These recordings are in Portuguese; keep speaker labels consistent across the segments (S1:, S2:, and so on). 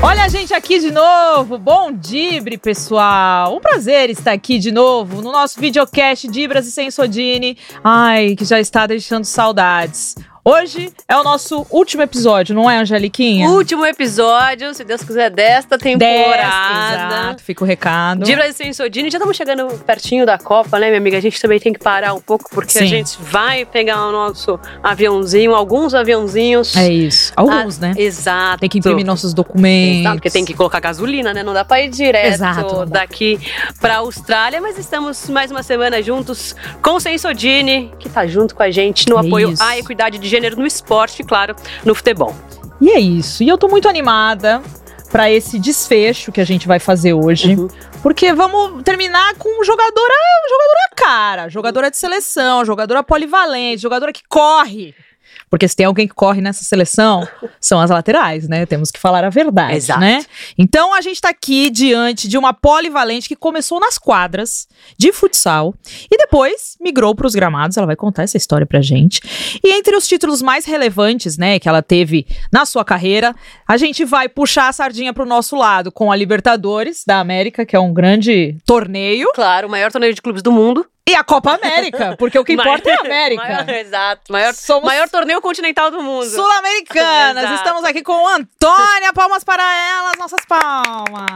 S1: Olha a gente aqui de novo. Bom Dibre, pessoal. Um prazer estar aqui de novo no nosso videocast Dibras e Sensodini. Ai, que já está deixando saudades. Hoje é o nosso último episódio, não é, Angeliquinha?
S2: Último episódio, se Deus quiser, desta temporada.
S1: Dez, exato, fica o recado.
S2: Dibras e Sensodini, já estamos chegando pertinho da Copa, né, minha amiga? A gente também tem que parar um pouco, porque a
S1: Sim.
S2: gente vai pegar o nosso aviãozinho, alguns aviãozinhos.
S1: É isso. Alguns, né?
S2: Exato.
S1: Tem que imprimir nossos documentos.
S2: Ah, Exato, porque tem que colocar gasolina, né? Não dá pra ir direto
S1: Exato, não dá.
S2: daqui pra Austrália, mas estamos mais uma semana juntos com o Sensodini, que tá junto com a gente no
S1: É
S2: apoio
S1: isso.
S2: à equidade de gênero no esporte, e, claro, no futebol.
S1: E é isso. E eu tô muito animada pra esse desfecho que a gente vai fazer hoje,
S2: Uhum.
S1: porque vamos terminar com um ah, jogadora, jogadora cara, jogadora de seleção, jogadora polivalente, jogadora que corre. Porque se tem alguém que corre nessa seleção, são as laterais, né? Temos que falar a verdade,
S2: Exato.
S1: né? Então a gente tá aqui diante de uma polivalente que começou nas quadras de futsal e depois migrou para os gramados. Ela vai contar essa história pra gente. E entre os títulos mais relevantes, né, que ela teve na sua carreira, a gente vai puxar a sardinha pro nosso lado com a Libertadores da América, que é um grande torneio,
S2: Claro, o maior torneio de clubes do mundo.
S1: e a Copa América, porque o que importa é a
S2: Maior,
S1: América.
S2: exato. Maior,
S1: Somos
S2: maior torneio continental do mundo.
S1: Sul-Americanas!
S2: Exato.
S1: Estamos aqui com Antônia, palmas para elas, nossas palmas!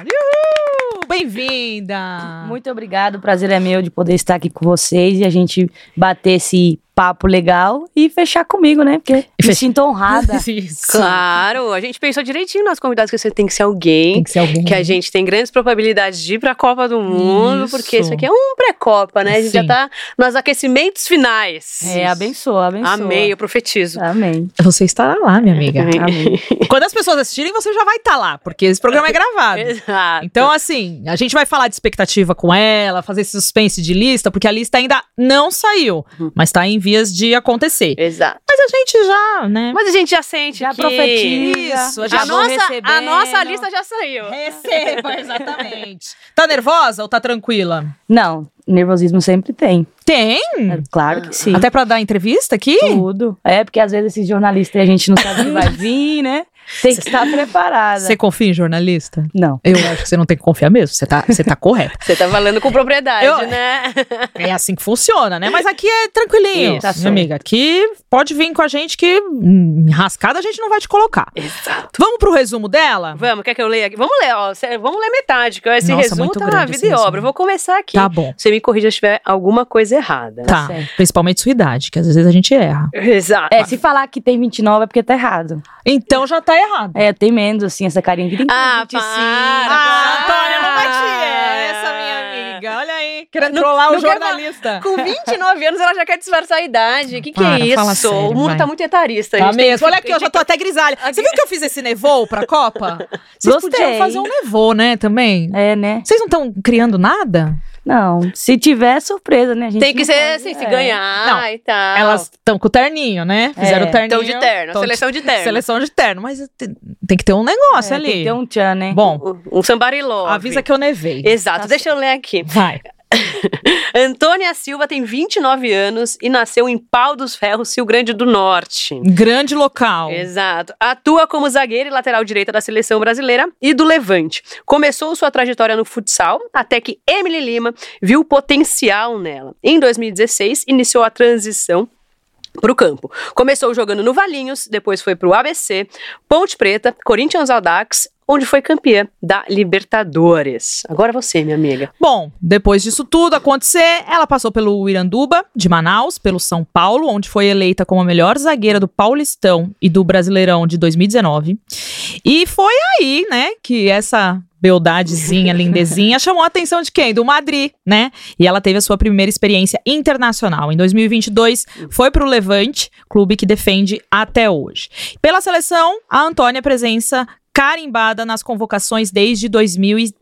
S1: Uhul! Bem-vinda!
S3: Muito obrigado, o prazer é meu de poder estar aqui com vocês e a gente bater esse papo legal e fechar comigo, né? Porque
S1: fecha-
S3: me sinto honrada.
S1: Isso.
S2: Claro, a gente pensou direitinho nas convidados que você tem que ser alguém.
S1: Tem que ser alguém.
S2: Que a gente tem grandes probabilidades de ir pra Copa do Mundo,
S1: Isso.
S2: porque isso aqui é um pré-Copa, né? A gente já
S1: Sim.
S2: tá nos aquecimentos finais.
S3: É, abençoa, abençoa.
S2: Amei, eu profetizo.
S3: Amém.
S1: Você estará lá, minha amiga.
S3: Amém.
S1: Quando as pessoas assistirem, você já vai estar lá, porque esse programa é gravado.
S2: Exato.
S1: Então, assim, a gente vai falar de expectativa com ela, fazer esse suspense de lista, porque a lista ainda não saiu,
S2: Uhum.
S1: mas tá em vias de acontecer.
S2: Exato.
S1: Mas a gente já, né?
S2: Mas a gente já sente
S3: Já
S2: que
S3: profetiza.
S1: Isso, já
S2: a,
S3: já vou
S2: nossa, a
S3: recebendo.
S2: nossa lista já saiu.
S1: Receba, exatamente. Tá nervosa ou tá tranquila?
S3: Não, nervosismo sempre tem. É,
S1: Tem.
S3: Claro que sim.
S1: Hum. Até pra dar entrevista aqui?
S3: tudo. É, porque às vezes esse jornalista aí a gente não sabe que vai vir, né? Tem que estar preparada.
S1: Você confia em jornalista?
S3: Não.
S1: Eu acho que você não tem que confiar mesmo. Você tá, você tá correta.
S2: Você tá falando com propriedade,
S1: Eu-
S2: né?
S1: É assim que funciona, né? Mas aqui é tranquilinho,
S2: Isso, tá
S1: minha amiga. Aqui pode vir com a gente que hum, rascada a gente não vai te colocar.
S2: Exato.
S1: Vamos pro resumo dela?
S2: Vamos, quer que eu leia aqui? Vamos ler, ó. cê- Vamos ler metade, que esse
S1: Nossa,
S2: resumo
S1: muito
S2: tá
S1: grande
S2: uma
S1: esse
S2: vida e
S1: resumo.
S2: obra. Eu Vou começar aqui.
S1: Tá bom.
S2: Você me corrija se tiver alguma coisa errada.
S1: Tá.
S3: certo.
S1: Principalmente sua idade, que às vezes a gente erra.
S2: Exato.
S3: É, se falar que tem 29 é porque tá errado.
S1: Então já tá errado.
S3: É, tem menos, assim, essa carinha que tem
S2: Ah,
S3: 25.
S2: para.
S1: Ah,
S2: para.
S1: Antônia, não vai te
S2: Ah. é
S1: essa, minha amiga. Olha aí. Querendo trollar o
S2: não quer
S1: jornalista.
S2: Com 29 anos ela já quer disfarçar a idade. Que que é
S1: Para, fala
S2: isso?
S1: sério,
S2: o mundo
S1: vai.
S2: tá muito etarista.
S1: Tá
S2: gente tem
S1: mesmo.
S2: que-
S1: Olha aqui, eu já tô até grisalha. Você viu que eu fiz esse nevoo pra Copa? Vocês podiam
S3: Gostei.
S1: fazer um nevoo, né, também?
S3: É, né?
S1: Vocês não estão criando nada?
S3: Não, se tiver é surpresa, né? A gente
S2: Tem que
S3: não
S2: ser
S3: pode-
S2: assim, se
S3: é.
S2: ganhar
S1: Não,
S2: e tal.
S1: Elas estão com o terninho, né? Fizeram
S3: É.
S1: o terninho.
S2: Estão Ah. Então, de terno,
S1: tão de-
S2: seleção de terno.
S1: Seleção de terno, mas tem, tem que ter um negócio
S3: É,
S1: ali.
S3: Tem que ter um tchan, né?
S1: Bom,
S2: Um, um sambariló.
S1: avisa que eu nevei.
S2: Exato,
S3: Tá
S2: deixa eu ler aqui.
S1: Vai.
S2: Antônia Silva tem 29 anos e nasceu em Pau dos Ferros, Rio Grande do Norte.
S1: Grande local.
S2: Exato. Atua como zagueira e lateral direita da seleção brasileira e do Levante. Começou sua trajetória no futsal até que Emily Lima viu o potencial nela. Em 2016, iniciou a transição para o campo. Começou jogando no Valinhos, depois foi para o ABC, Ponte Preta, Corinthians Audax, onde foi campeã da Libertadores. Agora você, minha amiga.
S1: Bom, depois disso tudo acontecer, ela passou pelo Iranduba, de Manaus, pelo São Paulo, onde foi eleita como a melhor zagueira do Paulistão e do Brasileirão de 2019. E foi aí, né, que essa beldadezinha, lindezinha, chamou a atenção de quem? Do Madrid, né? E ela teve a sua primeira experiência internacional. Em 2022, foi para o Levante, clube que defende até hoje. Pela seleção, a Antônia presença carimbada nas convocações desde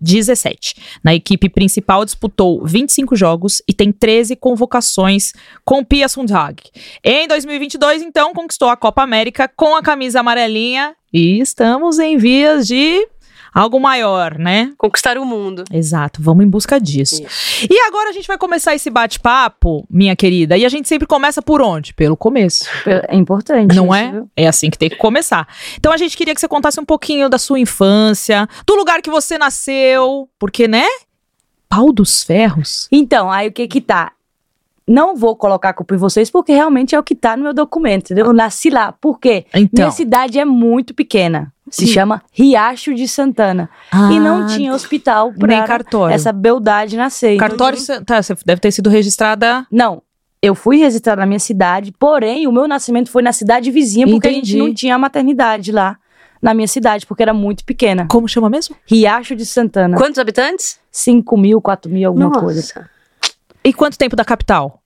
S1: 2017. Na equipe principal disputou 25 jogos e tem 13 convocações com Pia Sundhag. Em 2022, então, conquistou a Copa América com a camisa amarelinha e estamos em vias de algo maior, né?
S2: Conquistar o mundo.
S1: Exato, vamos em busca disso. E agora a gente vai começar esse bate-papo, minha querida, e a gente sempre começa por onde? Pelo começo.
S3: É importante.
S1: Não
S3: isso,
S1: é?
S3: viu?
S1: É assim que tem que começar. Então a gente queria que você contasse um pouquinho da sua infância, do lugar que você nasceu, porque, né? Pau dos ferros.
S3: Então, aí o que que tá? Não vou colocar a culpa em vocês, porque realmente é o que tá no meu documento, entendeu? Eu nasci lá. Por quê?
S1: Então.
S3: Minha cidade é muito pequena. Se chama Riacho de Santana. e não
S1: Ah,
S3: tinha hospital
S1: nem
S3: pra
S1: cartório.
S3: essa beldade nascer. entendeu?
S1: Cartório, você- tá, você deve ter sido registrada.
S3: Não. Eu fui registrada na minha cidade, porém o meu nascimento foi na cidade vizinha, porque a gente
S1: Entendi.
S3: não tinha maternidade lá na minha cidade, porque era muito pequena.
S1: Como chama mesmo?
S3: Riacho de Santana.
S2: Quantos habitantes?
S3: 5 mil, 4 mil, alguma
S2: Nossa.
S3: coisa.
S1: E quanto tempo da capital?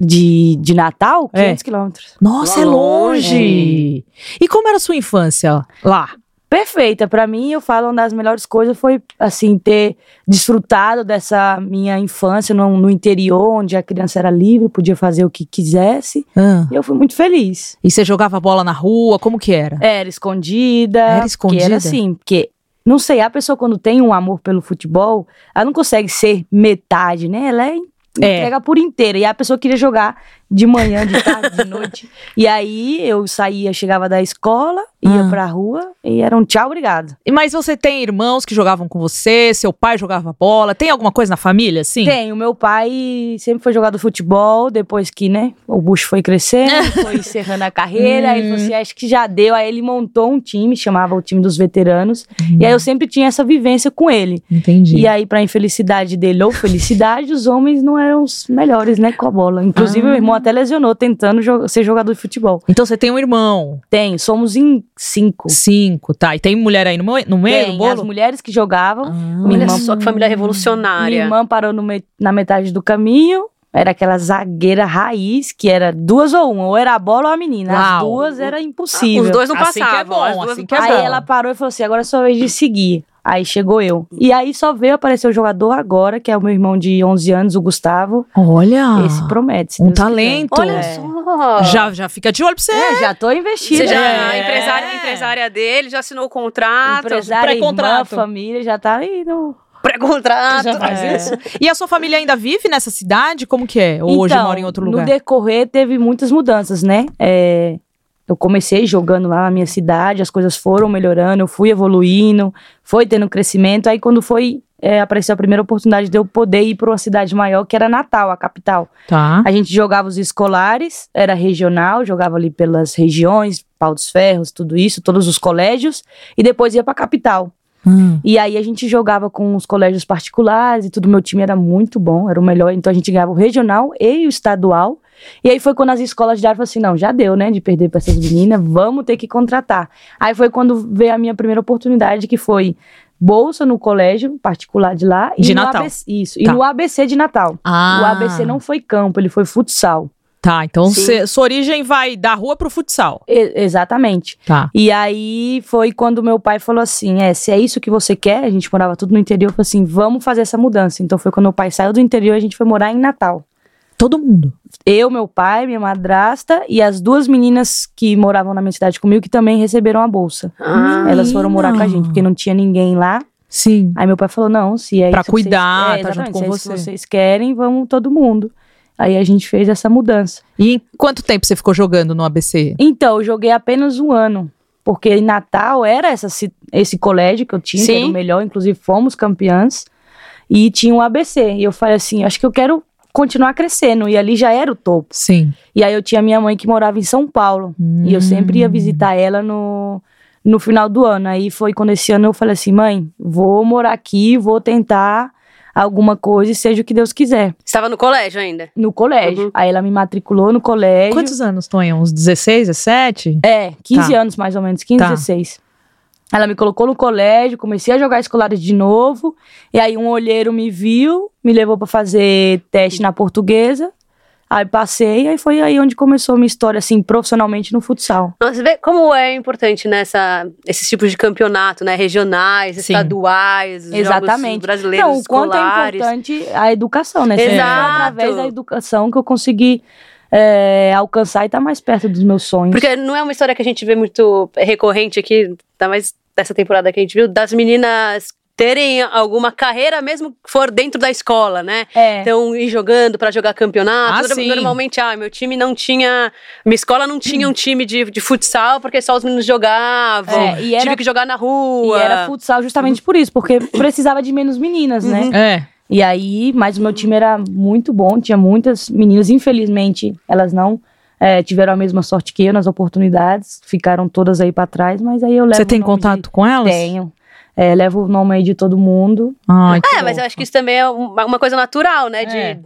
S3: De, de Natal,
S1: É.
S3: 500 quilômetros.
S1: Nossa, é
S2: Longe.
S1: longe! E como era a sua infância lá?
S3: Perfeita. Pra mim, eu falo, uma das melhores coisas foi, assim, ter desfrutado dessa minha infância no, no interior, onde a criança era livre, podia fazer o que quisesse.
S1: Ah,
S3: E eu fui muito feliz.
S1: E você jogava bola na rua? Como que era?
S3: Era escondida.
S1: Era escondida?
S3: Que era assim, porque, não sei, a pessoa quando tem um amor pelo futebol, ela não consegue ser metade, né? Ela é
S1: É.
S3: entrega por inteira. E a pessoa queria jogar de manhã, de tarde, de noite. E aí eu saía, chegava da escola, ia
S1: Ah.
S3: pra rua e era um tchau, obrigado.
S1: E- Mas você tem irmãos que jogavam com você? Seu pai jogava bola? Tem alguma coisa na família, assim?
S3: Tem, o meu pai sempre foi jogador de futebol, depois que, né, o bucho foi crescendo, foi encerrando a carreira, aí ele falou assim, acho que já deu, aí ele montou um time, chamava o time dos veteranos, e aí eu sempre tinha essa vivência com ele.
S1: Entendi.
S3: E aí, pra infelicidade dele ou felicidade, os homens não eram os melhores, né, com a bola. Inclusive, meu irmão até lesionou tentando jo- ser jogador de futebol.
S1: Então você tem um irmão,
S3: Tem, somos em cinco.
S1: cinco, tá? E tem mulher aí no, mo- no meio,
S3: Tem
S1: no
S3: as
S1: bolo?
S3: mulheres que jogavam,
S1: Ah.
S3: Minha
S2: Olha
S3: irmã-
S2: só que família revolucionária.
S3: Minha irmã parou no me- na metade do caminho. Era aquela zagueira raiz, que era duas ou uma. Ou era a bola ou a menina. As
S1: Uau.
S3: duas era
S2: Ah,
S3: impossível.
S2: Os dois não
S1: Assim que é
S2: passavam.
S1: bom,
S2: as duas
S1: assim
S2: não
S1: que é
S3: aí
S1: bom.
S2: passavam.
S3: ela parou e falou assim: agora é sua vez de seguir. Aí chegou eu. E aí só veio aparecer o jogador agora, que é o meu irmão de 11 anos, o Gustavo.
S1: Olha!
S3: Esse promete. se
S1: um
S3: Deus quiser.
S1: talento.
S2: Olha
S3: É.
S2: só.
S1: Já, já fica de olho pra você.
S3: É, já tô investida.
S2: Você já
S1: É.
S2: é empresária, empresária dele, já assinou o contrato.
S3: Empresária, irmã,
S1: pré-contrato.
S3: família, já tá aí no...
S2: Pré-contrato.
S1: Já faz
S3: É.
S1: isso? E a sua família ainda vive nessa cidade? Como que é? Ou hoje
S3: Então,
S1: mora em outro lugar?
S3: No decorrer teve muitas mudanças, né? É, eu comecei jogando lá na minha cidade, as coisas foram melhorando, eu fui evoluindo, foi tendo crescimento. Aí quando foi, é, apareceu a primeira oportunidade de eu poder ir para uma cidade maior, que era Natal, a capital.
S1: Tá.
S3: A gente jogava os escolares, era regional, jogava ali pelas regiões, Pau dos Ferros, tudo isso, todos os colégios, e depois ia para a capital.
S1: Hum.
S3: E aí a gente jogava com os colégios particulares e tudo. Meu time era muito bom, era o melhor. Então a gente ganhava o regional e o estadual. E aí foi quando as escolas de arte falaram assim: não, já deu, né, de perder pra essas meninas, vamos ter que contratar. Aí foi quando veio a minha primeira oportunidade, que foi bolsa no colégio particular de lá. e
S1: De
S3: no
S1: Natal.
S3: ABC, isso,
S1: Tá.
S3: e no ABC de Natal.
S1: Ah.
S3: O ABC não foi campo, ele foi futsal.
S1: Tá, então
S2: Sim.
S1: cê- sua origem vai da rua pro futsal.
S3: E- exatamente.
S1: Tá.
S3: E aí foi quando meu pai falou assim: é, se é isso que você quer, a gente morava tudo no interior, falou assim: vamos fazer essa mudança. Então foi quando meu pai saiu do interior e a gente foi morar em Natal.
S1: Todo mundo.
S3: Eu, meu pai, minha madrasta e as duas meninas que moravam na minha cidade comigo, que também receberam a bolsa.
S2: Ah,
S3: Elas foram morar com a gente,
S1: Menina.
S3: porque não tinha ninguém lá.
S1: Sim.
S3: Aí meu pai falou: não, se é
S1: Pra
S3: isso que vocês-
S1: cuidar, tá junto
S3: exatamente,
S1: com
S3: se é isso que
S1: você.
S3: vocês querem, vamos todo mundo. Aí a gente fez essa mudança.
S1: E em quanto tempo você ficou jogando no ABC?
S3: Então, eu joguei apenas um ano. Porque em Natal era essa ci- esse colégio que eu tinha, que era
S2: Sim.
S3: o melhor, inclusive fomos campeãs. E tinha um o ABC. E eu falei assim: acho que eu quero continuar crescendo. E ali já era o topo.
S1: Sim.
S3: E aí eu tinha minha mãe que morava em São Paulo. E eu sempre
S1: Hum.
S2: Hum.
S3: ia visitar ela no, no final do ano. Aí foi quando esse ano eu falei assim: mãe, vou morar aqui, vou tentar alguma coisa, e seja o que Deus quiser.
S2: Estava no colégio ainda.
S3: No colégio.
S2: Uhum.
S3: Aí ela me matriculou no colégio.
S1: Quantos anos, Tonha? Uns 16, 17?
S3: É, 15
S1: Tá.
S3: anos mais ou menos, 15,
S1: Tá.
S3: 16. Ela me colocou no colégio, comecei a jogar escolares de novo. E aí um olheiro me viu, me levou pra fazer teste na portuguesa. Aí passei, aí foi aí onde começou a minha história, assim, profissionalmente no futsal.
S2: Nossa, você vê como é importante nessa, esses tipos de campeonato, né? Regionais,
S1: Sim.
S2: estaduais, os jogos
S3: Exatamente.
S2: brasileiros,
S3: Não, o quanto é
S2: escolares.
S3: importante a educação, né? Sempre foi
S2: Exato.
S3: através da educação que eu consegui é, alcançar e estar mais perto dos meus sonhos.
S2: Porque não é uma história que a gente vê muito recorrente aqui, tá mais dessa temporada que a gente viu, das meninas terem alguma carreira, mesmo que for dentro da escola, né?
S3: É.
S2: Então, ir jogando pra jogar campeonato.
S1: Ah,
S2: Nor-
S1: sim.
S2: Normalmente, ah, meu time não tinha. Minha escola não tinha um time de, de futsal porque só os meninos jogavam.
S3: É, e era-
S2: Tive que jogar na
S3: E
S2: rua.
S3: era futsal justamente por isso, porque precisava de menos meninas, né?
S1: É.
S3: E aí, mas o meu time era muito bom, tinha muitas meninas, infelizmente elas não eh, tiveram a mesma sorte que eu nas oportunidades, ficaram todas aí pra trás, mas aí eu levo.
S1: Você
S3: o
S1: tem
S3: nome
S1: contato com
S3: De...
S1: elas?
S3: Tenho. Eh, levo o nome aí de todo mundo.
S1: Ai, que
S2: É, mas eu
S1: fofo.
S2: acho que isso também é uma, uma coisa natural, né? De,
S1: É.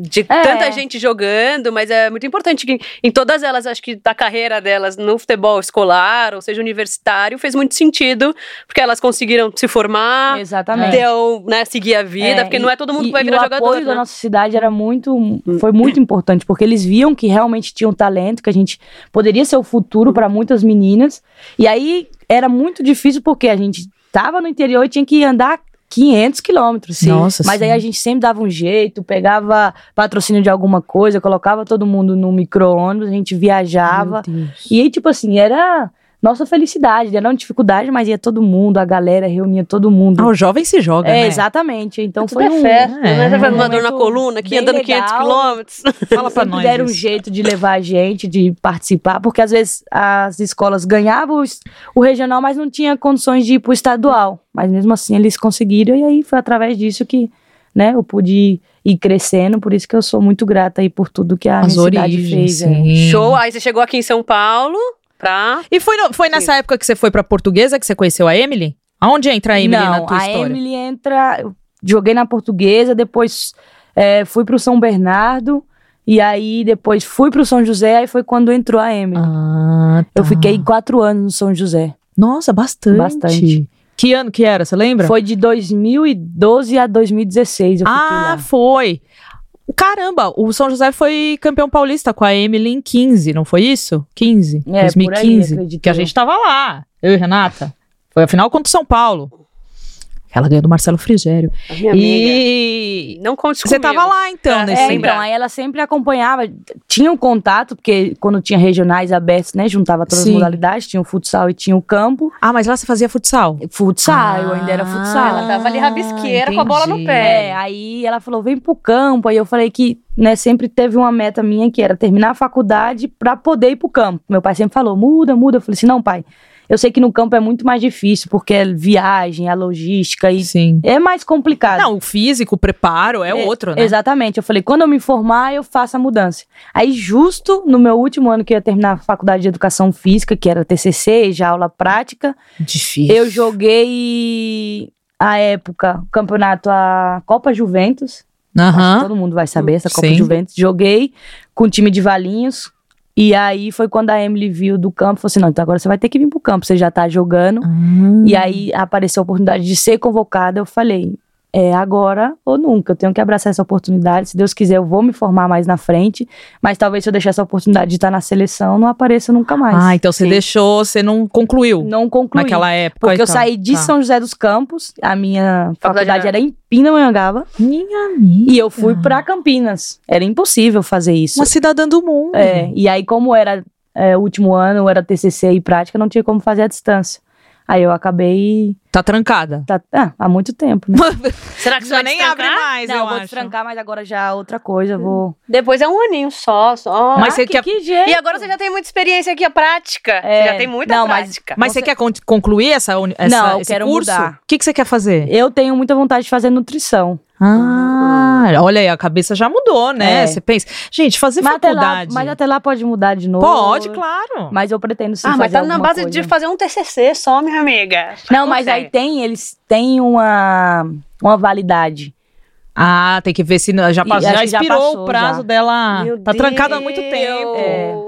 S2: de
S3: É.
S2: tanta gente jogando, mas é muito importante que em todas elas, acho que da carreira delas no futebol escolar, ou seja, universitário, fez muito sentido, porque elas conseguiram se formar,
S3: Exatamente.
S2: deu, né, seguir a vida,
S3: É,
S2: porque
S3: e-
S2: não é todo mundo que vai
S3: e
S2: virar
S3: o
S2: jogador.
S3: apoio
S2: né?
S3: da nossa cidade era
S1: Hum.
S3: muito, foi muito importante, porque eles viam que realmente tinha um talento, que a gente poderia ser o futuro para muitas meninas. E aí era muito difícil porque a gente tava no interior e tinha que andar 500 quilômetros.
S1: Sim. Nossa,
S3: Mas
S1: sim.
S3: aí a gente sempre dava um jeito, pegava patrocínio de alguma coisa, colocava todo mundo no micro-ônibus, a gente viajava.
S1: Meu Deus.
S3: E aí, tipo assim, era nossa felicidade, era uma dificuldade, mas ia todo mundo, a galera reunia todo mundo.
S1: Ah, o jovem se joga,
S3: É,
S1: né?
S3: exatamente. Então
S2: Tudo
S3: foi
S2: é
S3: um.
S2: festa,
S1: é,
S2: né? Já vai com uma dor na
S3: momento
S2: coluna aqui,
S3: bem
S2: andando 500
S3: legal.
S2: quilômetros.
S1: Fala pra
S3: Sempre
S1: nós.
S3: deram um
S1: isso.
S3: jeito de levar a gente, de participar, porque às vezes as escolas ganhavam os- o regional, mas não tinha condições de ir pro estadual. Mas mesmo assim eles conseguiram, e aí foi através disso que né, eu pude ir crescendo, por isso que eu sou muito grata aí por tudo que a
S1: As
S3: minha cidade
S1: origens,
S3: fez. é.
S1: sim.
S2: Show, aí você chegou aqui em São Paulo tá? pra...
S1: E foi, no- foi nessa época que você foi pra Portuguesa que você conheceu a Emily? Aonde entra a Emily
S3: não,
S1: na tua
S3: a
S1: história?
S3: Emily entra. eu Joguei na portuguesa, depois é, fui pro São Bernardo, e aí depois fui pro São José, aí foi quando entrou a Emily.
S1: Ah,
S3: Eu
S1: tá.
S3: fiquei quatro anos no São José.
S1: Nossa, bastante.
S3: Bastante.
S1: Que ano que era, você lembra?
S3: Foi de 2012 a 2016 eu fiquei
S1: ah,
S3: lá.
S1: foi. Caramba, o São José foi campeão paulista com a Emily em 15, não foi isso? 15,
S3: É,
S1: 2015.
S3: por aí, acredito
S1: que a
S3: eu.
S1: gente tava lá, eu e Renata. Foi a final contra o São Paulo. Ela ganhou do Marcelo Frigério.
S2: Minha amiga.
S1: E
S2: Não conte isso
S1: você tava
S2: comigo.
S1: lá então
S2: Tá,
S1: nesse.
S3: É,
S2: Sim.
S3: então, aí ela sempre acompanhava, tinha um contato, porque quando tinha regionais abertos, né, juntava todas
S1: Sim.
S3: as modalidades, tinha o futsal e tinha o campo.
S1: Ah, mas lá você fazia futsal. Ah,
S3: Futsal, eu ainda era futsal.
S2: ela tava ali rabisqueira com a bola no
S1: entendi.
S2: pé.
S3: É, aí ela falou, vem pro campo, aí eu falei que, né, sempre teve uma meta minha que era terminar a faculdade pra poder ir pro campo. Meu pai sempre falou, muda, muda. Eu falei assim, não, pai, eu sei que no campo é muito mais difícil, porque é viagem, a logística e...
S1: Sim.
S3: É mais complicado.
S1: Não, o físico, o preparo é,
S3: É,
S1: outro, né?
S3: Exatamente. Eu falei, quando eu me formar, eu faço a mudança. Aí, justo no meu último ano que eu ia terminar a faculdade de educação física, que era TCC e já aula prática,
S1: Difícil.
S3: eu joguei, à época, o campeonato, a Copa Juventus. Acho que
S1: Aham.
S3: todo mundo vai saber essa Copa
S1: Sim.
S3: Juventus. Joguei com o time de Valinhos. E aí foi quando a Emily viu do campo e falou assim: não, então agora você vai ter que vir pro campo, você já tá jogando.
S1: Ah.
S3: E aí apareceu a oportunidade de ser convocada, eu falei, é agora ou nunca, eu tenho que abraçar essa oportunidade, se Deus quiser eu vou me formar mais na frente, mas talvez se eu deixar essa oportunidade de estar na seleção, não apareça nunca mais.
S1: Ah, então você
S2: Sim.
S1: deixou, você não concluiu
S3: não concluí.
S1: naquela época.
S3: porque
S1: e
S3: eu
S1: tal.
S3: saí de
S1: Tá.
S3: São José dos Campos, a minha
S2: Faculdade
S3: faculdade era em Pindamonhangaba,
S1: Minha amiga.
S3: e eu fui pra Campinas. Era impossível fazer isso.
S1: Uma cidadã do mundo.
S3: É, e aí, como era é, o último ano, era TCC e prática, não tinha como fazer a distância. Aí eu acabei.
S1: Tá trancada.
S3: tá- ah, há muito tempo, né?
S2: Será que você vai destrancar?
S1: mais,
S3: Não, vou trancar, mas agora já é outra coisa, vou. Ah,
S2: Depois é um aninho só, só.
S1: Mas você
S3: que,
S1: quer-
S3: que jeito?
S2: E agora você já tem muita experiência aqui, a prática.
S3: É,
S2: Você já tem muita
S3: não, mas-
S2: prática.
S1: Mas você,
S3: Você-
S1: quer con- concluir essa, uni- essa
S3: Não, eu
S1: esse
S3: quero
S1: curso?
S3: mudar.
S1: O que, que você quer fazer?
S3: Eu tenho muita vontade de fazer nutrição.
S1: Ah, olha aí, a cabeça já mudou, né?
S3: É.
S1: Você pensa. Gente, fazer
S3: mas, até lá,
S1: faculdade.
S3: mas até lá pode mudar de novo.
S1: Pode, claro.
S3: Mas eu pretendo sim
S2: ah, mas
S3: fazer
S2: tá na
S3: alguma
S2: base de
S3: coisa.
S2: fazer um TCC só, minha amiga.
S3: Não, mas aí
S2: Consegue.
S3: tem, eles têm uma, uma validade.
S1: Ah, tem que ver se já, passou,
S3: acho
S1: já
S3: que já
S1: expirou
S3: passou,
S1: o prazo
S3: já.
S1: dela.
S2: Meu
S1: tá trancada há muito
S2: Deus.
S1: tempo.
S2: É.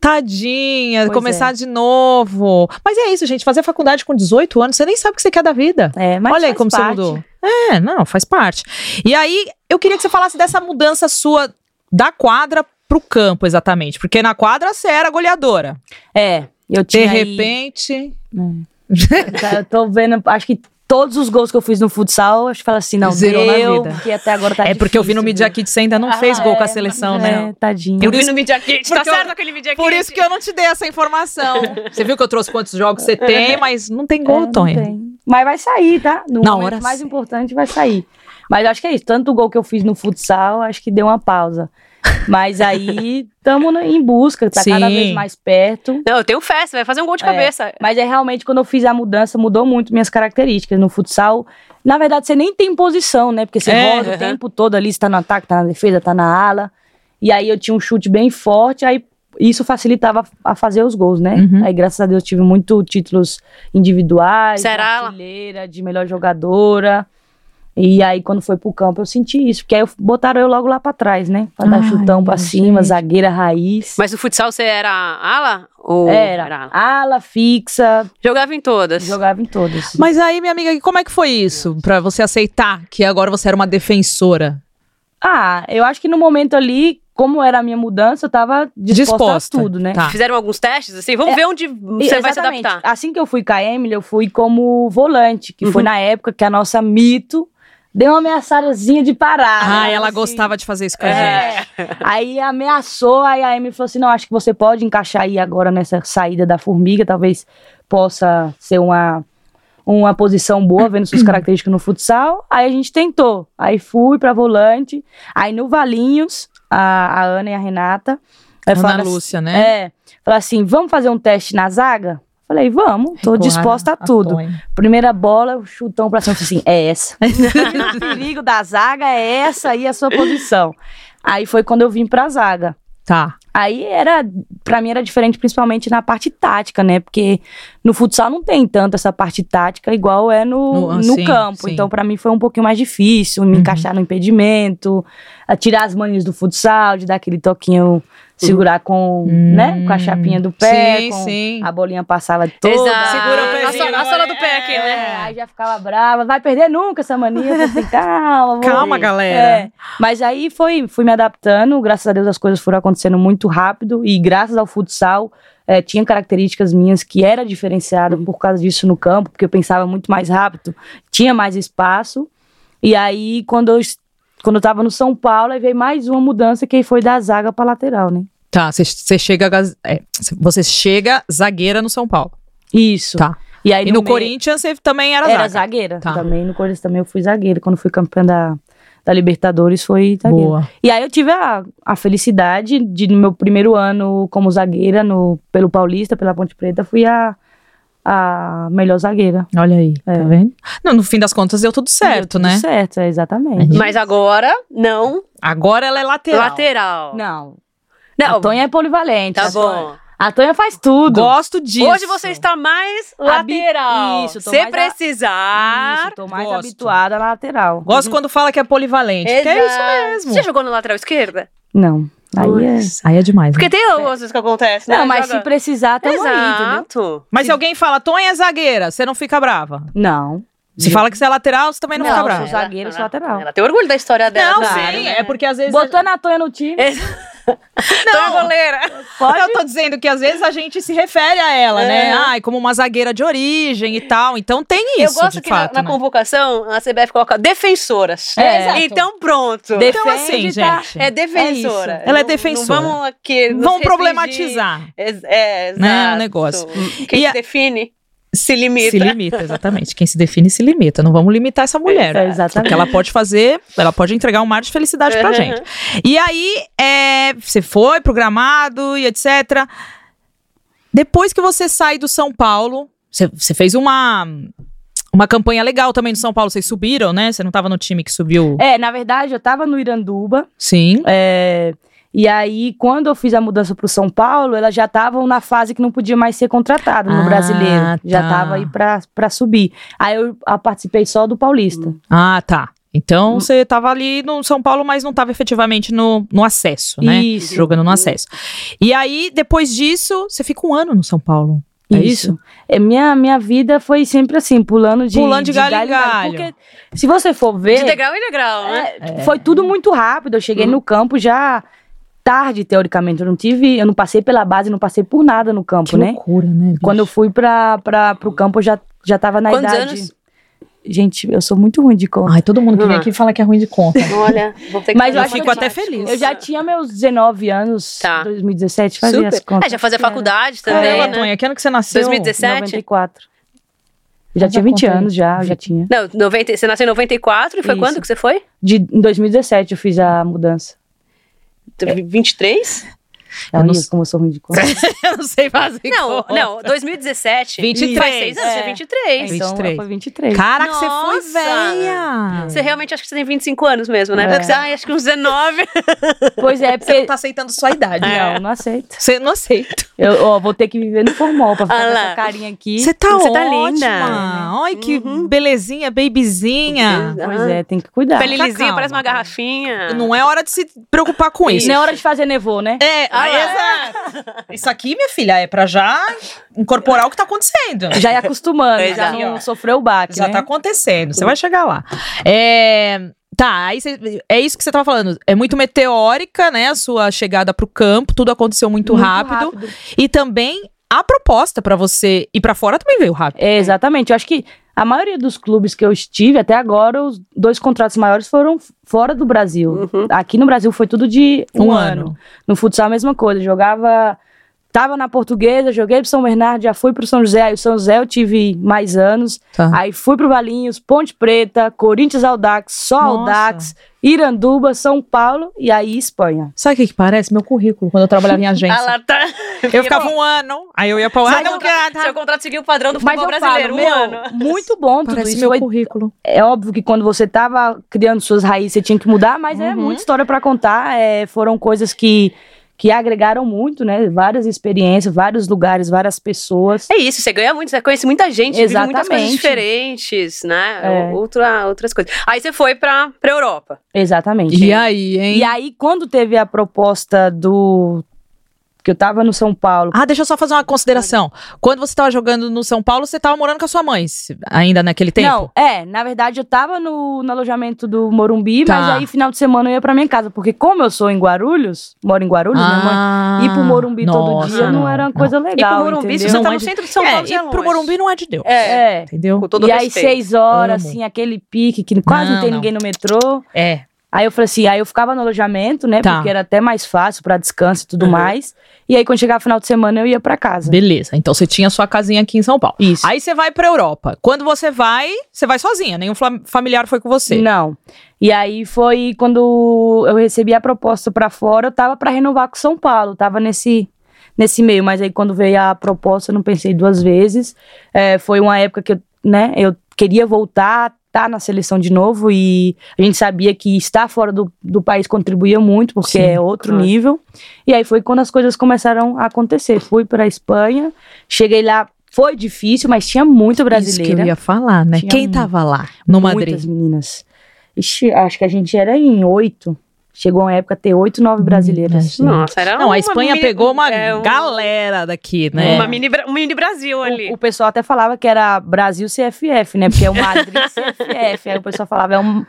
S1: Tadinha,
S3: Pois
S1: começar
S3: é.
S1: de novo. Mas é isso, gente. Fazer faculdade com 18 anos, você nem sabe o que você quer da vida.
S3: É, mas
S1: Olha aí
S3: faz
S1: como
S3: parte.
S1: você mudou. É, não, faz parte. E aí, eu queria que você falasse dessa mudança sua da quadra pro campo, exatamente. Porque na quadra você era goleadora.
S3: É, eu
S1: De
S3: tinha aí-
S1: repente.
S3: Tá, Eu tô vendo, acho que todos os gols que eu fiz no futsal, acho que fala assim, não,
S1: Zerou na
S3: deu,
S1: vida.
S3: porque até agora tá Ah,
S1: é porque eu vi no Media Kit você ainda não fez gol com a seleção, né?
S3: É, tadinho.
S1: Por
S2: Eu vi
S1: isso-
S2: no Media Kit, tá
S1: É. porque eu-
S2: certo aquele Media Kit?
S1: Por isso que eu não te dei essa informação. Você viu que eu trouxe quantos jogos você tem, mas não tem gol,
S3: É, não
S1: Tonha.
S3: tem. Mas vai sair, tá? No
S1: Na
S3: momento
S1: hora
S3: mais
S1: certa.
S3: importante vai sair. Mas acho que é isso. Tanto o gol que eu fiz no futsal, acho que deu uma pausa. Mas aí estamos em busca, tá cada
S1: Sim.
S3: vez mais perto.
S2: Não, eu tenho fé, você vai fazer um gol de
S3: É.
S2: cabeça.
S3: Mas é realmente quando eu fiz a mudança, mudou muito minhas características. No futsal, na verdade, você nem tem posição, né? Porque você
S1: É,
S3: roda
S2: aham.
S3: o tempo todo ali, você tá no ataque, tá na defesa, tá na ala. E aí eu tinha um chute bem forte, aí isso facilitava a fazer os gols, né?
S1: Uhum.
S3: Aí, graças a Deus, tive muito títulos individuais,
S2: Você
S3: de
S2: era ala?
S3: artilheira, de melhor jogadora. E aí, quando foi pro campo, eu senti isso. Porque aí eu- botaram eu logo lá pra trás, né? Pra dar
S1: Ai,
S3: chutão pra cima,
S1: gente.
S3: zagueira raiz.
S2: Mas no futsal você era ala? Ou
S3: Era.
S2: ala?
S3: Ala fixa,
S2: Jogava em todas.
S3: jogava em todas.
S1: Mas aí, minha amiga, como é que foi isso? Pra você aceitar que agora você era uma defensora?
S3: Ah, eu acho que no momento ali, como era a minha mudança, eu tava disposta,
S1: Disposta.
S3: a tudo, né?
S1: Tá.
S2: Fizeram alguns testes, assim, vamos
S3: É,
S2: ver onde
S3: E-
S2: você vai se
S3: exatamente.
S2: adaptar.
S3: Assim que eu fui com a Emily, eu fui como volante, que foi
S2: Uhum.
S3: na época que a nossa mito deu uma ameaçadazinha de parar.
S1: Ah,
S3: né?
S1: ela
S3: Assim,
S1: gostava de fazer isso com a gente.
S3: É. Aí ameaçou, aí a Emily falou assim: não, acho que você pode encaixar aí agora nessa saída da formiga, talvez possa ser uma, uma posição boa, vendo suas características no futsal. Aí a gente tentou. Aí fui pra volante. Aí no Valinhos, a, a Ana e a Renata. aí
S1: Ana
S3: falaram assim-
S1: Lúcia, né?
S3: É, falaram assim: vamos fazer um teste na zaga? Falei, vamos, tô disposta a tudo. Primeira bola, o chutão pra cima. Eu falei assim, é essa. o perigo da zaga é essa aí a sua posição. Aí foi quando eu vim pra zaga.
S1: Tá.
S3: Aí era, pra mim era diferente principalmente na parte tática, né? Porque no futsal não tem tanto essa parte tática igual é
S1: No-
S3: no,
S1: ah,
S3: no
S1: sim,
S3: campo.
S1: sim.
S3: Então pra mim foi um pouquinho mais difícil me
S1: Uhum.
S3: encaixar no impedimento, a tirar as manias do futsal, de dar aquele toquinho, segurar com, né? Com a chapinha do pé,
S1: Hum, Sim,
S3: com
S1: sim.
S3: a bolinha passava toda.
S1: Segura o
S2: a,
S1: pezinho
S2: sola, a
S1: agora.
S2: sola do pé aqui, né?
S3: Tá. É, aí já ficava brava, vai perder nunca essa mania, eu falei, calma. vou
S1: Calma,
S3: ver."
S1: galera.
S3: É, mas aí foi, fui me adaptando, graças a Deus as coisas foram acontecendo muito rápido e graças ao futsal é, tinha características minhas que era diferenciado por causa disso no campo, porque eu pensava muito mais rápido, tinha mais espaço. E aí quando eu es- quando eu tava no São Paulo, aí veio mais uma mudança que aí foi da zaga pra lateral, né?
S1: Tá, você- você chega, gaz- é, você chega zagueira no São Paulo.
S3: Isso.
S1: Tá.
S3: E
S1: E
S3: aí
S1: no
S3: meio-
S1: Corinthians você também era, zaga.
S3: Era zagueira.
S1: Tá.
S3: Também no Corinthians também eu fui zagueira. Quando fui campeã da, da Libertadores, foi zagueira.
S1: Boa.
S3: E aí eu tive a, a felicidade de, no meu primeiro ano como zagueira, no, pelo Paulista, pela Ponte Preta, fui a, a melhor zagueira.
S1: Olha aí,
S3: É.
S1: tá vendo? Não, no fim das contas deu tudo certo,
S3: Tudo
S1: né?
S3: Certo, é, exatamente.
S2: Mas agora, não.
S1: Agora ela é lateral.
S2: Lateral.
S3: Não,
S2: Não,
S3: a Tonha é polivalente.
S2: tá
S3: a Tonha-
S2: bom.
S3: A Tonha faz tudo.
S1: Gosto disso.
S2: Hoje você está mais
S3: Habi-
S2: lateral.
S3: Isso, tô
S2: Se
S3: mais a-
S2: precisar.
S3: Isso, tô mais
S1: Gosto.
S3: habituada na lateral.
S1: Gosto quando fala que é polivalente. porque é isso
S2: Uhum. Exato.
S1: mesmo.
S2: Você jogou na lateral esquerda?
S3: Não, aí é...
S1: Aí é demais. né?
S2: Porque tem algumas coisas que acontecem, né?
S3: Não, mas se
S2: Joga-
S3: precisar, tamo aí, entendeu?
S2: Exato.
S1: Mas se alguém fala, Tonha é zagueira, você não fica brava.
S3: Não.
S1: Se fala que você é lateral, você também não,
S3: Não,
S1: fica
S3: sou
S1: brava.
S3: zagueira. zagueiro, sou lateral.
S2: Ela tem orgulho da história dela.
S1: Não,
S2: claro,
S1: sim.
S2: né?
S1: É porque às vezes.
S3: Botando a Tonha no time,
S2: Então, goleira.
S3: pode
S1: Eu tô dizendo que às vezes a gente se refere a ela, né?
S2: É.
S1: Ai, como uma zagueira de origem e tal. Então tem
S2: Eu
S1: isso,
S2: gosto
S1: de
S2: que
S1: fato.
S2: na, na
S1: né?
S2: convocação a CBF coloca defensoras.
S3: É, exato.
S2: Então pronto.
S3: Defende,
S1: Então, assim,
S3: tá?
S1: gente.
S2: É defensora.
S3: É
S1: isso. Ela é defensora.
S2: Não vamos aqui. nos
S1: Vão
S2: restringir.
S1: problematizar.
S2: Ex- É, exato.
S1: Né, o negócio.
S2: Quem
S1: E
S2: se
S1: a-
S2: define se limita.
S1: Se limita, exatamente. Quem se define se limita. Não vamos limitar essa mulher.
S3: É, exatamente.
S1: Porque ela pode fazer, ela pode entregar um mar de felicidade pra
S2: Uhum.
S1: gente. E aí, é, você foi programado e etc. Depois que você sai do São Paulo, você, você fez uma, uma campanha legal também do São Paulo. Vocês subiram, né? Você não tava no time que subiu.
S3: É, na verdade, eu tava no Iranduba.
S1: Sim.
S3: é, e aí, quando eu fiz a mudança pro São Paulo, elas já estavam na fase que não podia mais ser contratada no
S1: Ah,
S3: brasileiro. Já
S1: tá.
S3: tava aí pra, pra subir. Aí eu a participei só do Paulista.
S1: Ah, tá.
S3: Uhum.
S1: Então você tava ali no São Paulo, mas não tava efetivamente no, no acesso, né?
S3: Isso.
S1: Jogando no acesso. E aí, depois disso, você fica um ano no São Paulo. É isso?
S3: É, minha, minha vida foi sempre assim, pulando de,
S1: Pulando de galho em galho.
S3: Porque se você for ver.
S2: De degrau em degrau, né?
S3: É, Foi tudo muito rápido. Eu
S1: Hum.
S3: cheguei no campo já tarde, teoricamente. Eu não tive. Eu não passei pela base, não passei por nada no campo,
S1: Que
S3: né?
S1: loucura, né? bicho?
S3: Quando eu fui pra, pra, pro campo, eu já, já tava na
S2: Quantos
S3: idade.
S2: anos?
S3: Gente, eu sou muito ruim de conta.
S1: Ai, todo mundo que vem
S2: Ah.
S1: aqui fala que é ruim de conta.
S2: Olha, vou ter que
S3: Mas eu
S2: fazer
S3: acho
S1: que eu
S2: matemática.
S1: fico até feliz.
S3: Eu já tinha meus 19 anos,
S2: Tá.
S3: 2017, fazia
S2: Super.
S3: as contas.
S2: É, já fazia faculdade também,
S1: Caramba,
S2: né?
S1: Tonha, que ano que você nasceu?
S2: 2017.
S3: 94. Eu já
S1: Faz a
S3: tinha 20
S1: conta aí.
S3: anos já, eu já tinha.
S2: Não, 90, você nasceu em 94 e foi
S3: Isso.
S2: quando que você foi?
S3: De, em 2017 eu fiz a mudança.
S2: 23?
S1: Eu
S3: Eu
S1: não
S3: não
S1: sei.
S3: como eu sou ruim de conta.
S1: Eu não sei fazer
S2: Não,
S1: conta.
S2: não, 2017.
S1: 23.
S2: Faz seis anos,
S3: É.
S2: você é 23.
S1: É.
S3: Então,
S1: 23.
S3: foi 23.
S1: Caraca, você foi
S2: Nossa!
S1: velha.
S2: Você realmente acha que você tem 25 anos mesmo, né?
S3: É.
S2: Porque você, ai, acho que uns 19.
S3: Pois
S1: Você não
S3: é, porque...
S1: tá aceitando sua idade.
S3: Não, não aceito.
S1: Você não aceita.
S3: Eu ó, vou ter que viver no formal pra ficar
S2: Ah
S3: com
S2: lá.
S3: essa carinha aqui.
S1: Você tá
S2: Você tá
S1: ótima.
S2: linda.
S1: Ai, que
S2: Uhum.
S1: belezinha, babyzinha.
S3: Pois é, tem que cuidar.
S2: Pele
S1: Fica
S2: lisinha,
S1: calma.
S2: parece uma garrafinha.
S1: Não é hora de se preocupar com isso.
S3: Não é hora de fazer nevô, né?
S1: É,
S2: Ah,
S1: aí,
S2: lá.
S1: exato. Isso aqui, minha filha, é pra já incorporar o que tá acontecendo.
S3: Já ir acostumando,
S2: Pois
S3: já
S1: é.
S3: não sofreu o baque,
S1: Já
S3: né?
S1: tá acontecendo, você vai chegar lá. É, tá, aí cê- é isso que você tava falando. É muito meteórica, né, a sua chegada pro campo, tudo aconteceu muito, rápido. E também a proposta pra você ir pra fora também veio rápido.
S3: É, exatamente. Eu acho que a maioria dos clubes que eu estive até agora, os dois contratos maiores foram fora do Brasil.
S2: Uhum.
S3: Aqui no Brasil foi tudo de um, ano. No futsal a mesma coisa. Jogava. Tava na portuguesa, joguei pro São Bernardo, já fui pro São José. Aí o São José eu tive mais anos.
S1: Tá.
S3: Aí fui pro Valinhos, Ponte Preta, Corinthians Aldax, só
S1: Nossa.
S3: Aldax, Iranduba, São Paulo e aí Espanha.
S1: Sabe o que, que parece? Meu currículo, quando eu trabalhava em
S2: Ah,
S1: agência.
S2: lá tá.
S1: Eu ficava um tá, ano, aí eu ia pra lá.
S2: Mas eu- Seu contrato seguiu o padrão do
S3: é um Mas
S2: futebol
S3: eu
S2: brasileiro,
S3: falo,
S2: um
S3: meu,
S2: ano.
S3: muito bom tudo
S1: Parece
S3: isso.
S1: meu
S3: Foi-
S1: currículo.
S3: É óbvio que quando você tava criando suas raízes, você tinha que mudar, mas é
S1: Uhum.
S3: muita história para contar. é, foram coisas que, que agregaram muito, né? Várias experiências, vários lugares, várias pessoas.
S2: É isso, você ganha muito, você conhece muita gente, vive muitas coisas
S3: Exatamente.
S2: diferentes, né?
S3: É.
S2: Outra, outras coisas. Aí você foi pra, pra Europa.
S3: Exatamente.
S1: E aí, hein?
S3: E aí, quando teve a proposta do. Que eu tava no São Paulo.
S1: Ah, deixa eu só fazer uma consideração. Quando você tava jogando no São Paulo, você tava morando com a sua mãe, se- ainda naquele tempo?
S3: Não, é, na verdade eu tava no, no alojamento do Morumbi, mas
S1: Tá.
S3: aí final de semana eu ia pra minha casa, porque como eu sou em Guarulhos, moro em Guarulhos, minha mãe,
S1: Ah,
S3: ir pro Morumbi todo
S1: nossa,
S3: dia não, era uma coisa
S2: E pro
S3: legal,
S2: Morumbi,
S3: entendeu?
S2: se você
S1: Não
S2: tá
S1: é
S2: no
S1: de-
S2: centro de São
S1: é,
S2: Paulo, já
S1: ir
S2: é
S1: pro
S2: longe.
S1: Morumbi não é de Deus.
S2: É.
S3: É.
S1: Entendeu?
S2: Com todo
S3: e aí,
S2: respeito.
S3: seis horas,
S1: Amo.
S3: assim, aquele pique que quase
S1: Não,
S3: não tem
S1: não.
S3: ninguém no metrô.
S1: É.
S3: Aí eu falei assim, aí eu ficava no alojamento, né?
S1: Tá.
S3: Porque era até mais fácil pra descanso e tudo
S2: Uhum.
S3: mais. E aí, quando chegava final de semana, eu ia pra casa.
S1: Beleza. Então você tinha sua casinha aqui em São Paulo.
S3: Isso.
S1: Aí você vai pra Europa. Quando você vai, você vai sozinha. Nenhum flam- familiar foi com você.
S3: Não. E aí foi quando eu recebi a proposta pra fora, eu tava pra renovar com São Paulo, tava nesse nesse meio, mas aí quando veio a proposta, eu não pensei duas vezes. É, foi uma época que eu, né, eu queria voltar, tá na seleção de novo e a gente sabia que estar fora do, do país contribuía muito, porque
S1: Sim,
S3: é outro
S2: claro.
S3: nível. E aí foi quando as coisas começaram a acontecer. Fui pra Espanha, cheguei lá, foi difícil, mas tinha muito brasileiro.
S1: Isso que eu ia falar, né?
S3: Tinha
S1: Quem
S3: um-
S1: tava lá no Madrid?
S3: Muitas meninas. Ixi, acho que a gente era em oito. Chegou uma época ter oito, nove brasileiras.
S1: Muita gente.
S2: Nossa, era
S1: Não,
S3: um
S2: uma
S1: a Espanha
S2: mini-
S1: pegou uma
S2: é, um-
S1: galera daqui, né?
S2: Uma mini, Bra- um mini Brasil ali.
S3: O, o pessoal até falava que era Brasil CFF, né? Porque é o Madrid CFF. Aí o pessoal falava, é um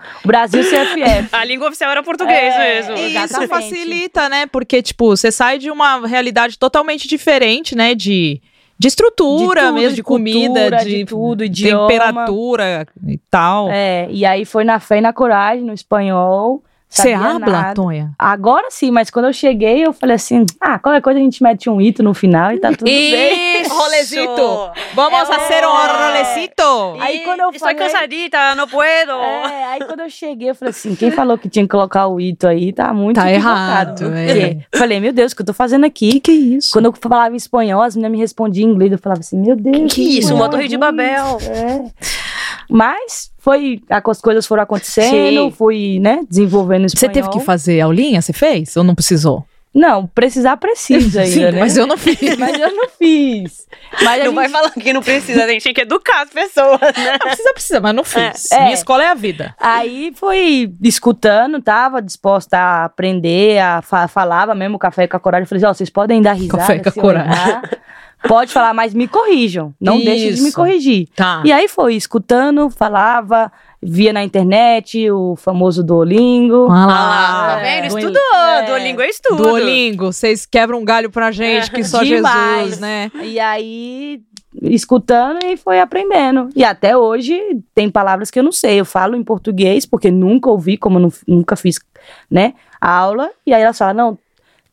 S3: Brasil CFF.
S2: A língua oficial era português
S3: É,
S2: mesmo.
S1: E isso
S3: Exatamente.
S1: facilita, né? Porque, tipo, você sai de uma realidade totalmente diferente, né? De, de estrutura
S3: tudo,
S1: mesmo, de, comida,
S3: cultura,
S1: de,
S3: tudo, idioma.
S1: temperatura e tal.
S3: É, e aí foi na fé e na coragem, no espanhol.
S1: Você
S3: sabia
S1: habla,
S3: nada.
S1: Tonha?
S3: Agora sim, mas quando eu cheguei, eu falei assim: ah, qualquer coisa a gente mete um ito no final e tá tudo bem.
S2: Isso!
S1: Rolezito. Vamos
S3: É,
S1: fazer um
S3: é.
S1: rolecito!
S3: Aí
S2: E
S3: quando eu
S2: Estou
S3: falei-
S2: cansadita, não puedo.
S3: É, aí quando eu cheguei, eu falei assim: quem falou que tinha que colocar o Ito aí tá muito
S1: Tá errado,
S3: equivocado. Por quê? Falei, meu Deus, o que eu tô fazendo aqui?
S1: é isso?
S3: Quando eu falava em espanhol, as meninas me respondiam em inglês. Eu falava assim, meu Deus.
S2: Que isso,
S3: espanhol
S2: uma
S3: é
S2: torre de
S3: ruim.
S2: Babel.
S3: É. Mas foi, a- as coisas foram acontecendo,
S2: Sim.
S3: fui, né, desenvolvendo
S1: Você
S3: espanhol.
S1: teve que fazer aulinha? Você fez? Ou não precisou?
S3: Não, precisar precisa ainda, né?
S1: mas eu não fiz.
S3: Mas eu não fiz. Mas a
S2: Não vai
S3: gente-
S2: falar que não precisa, a gente tem que educar as pessoas, né?
S1: precisa, precisa, mas não fiz.
S3: É.
S1: Minha escola é a vida.
S3: Aí foi escutando, tava disposta a aprender, a fa- falava mesmo café com a coragem. Eu falei assim, ó, vocês podem dar risada.
S1: Café com a
S3: se eu
S1: coragem.
S3: errar. Pode falar, mas me corrijam. Não deixem de me
S1: Isso.
S3: corrigir.
S1: Tá.
S3: E aí foi, escutando, falava, via na internet o famoso Duolingo.
S1: Ah
S2: Ah,
S1: lá.
S2: tá vendo?
S1: Do-
S2: Estudou.
S3: É.
S2: Duolingo é estudo.
S1: Duolingo, vocês quebram um galho pra gente, que só
S3: Demais.
S1: Jesus, né?
S3: E aí escutando e foi aprendendo. E até hoje tem palavras que eu não sei. Eu falo em português, porque nunca ouvi, como eu nu- nunca fiz, né? A aula. E aí ela fala, não,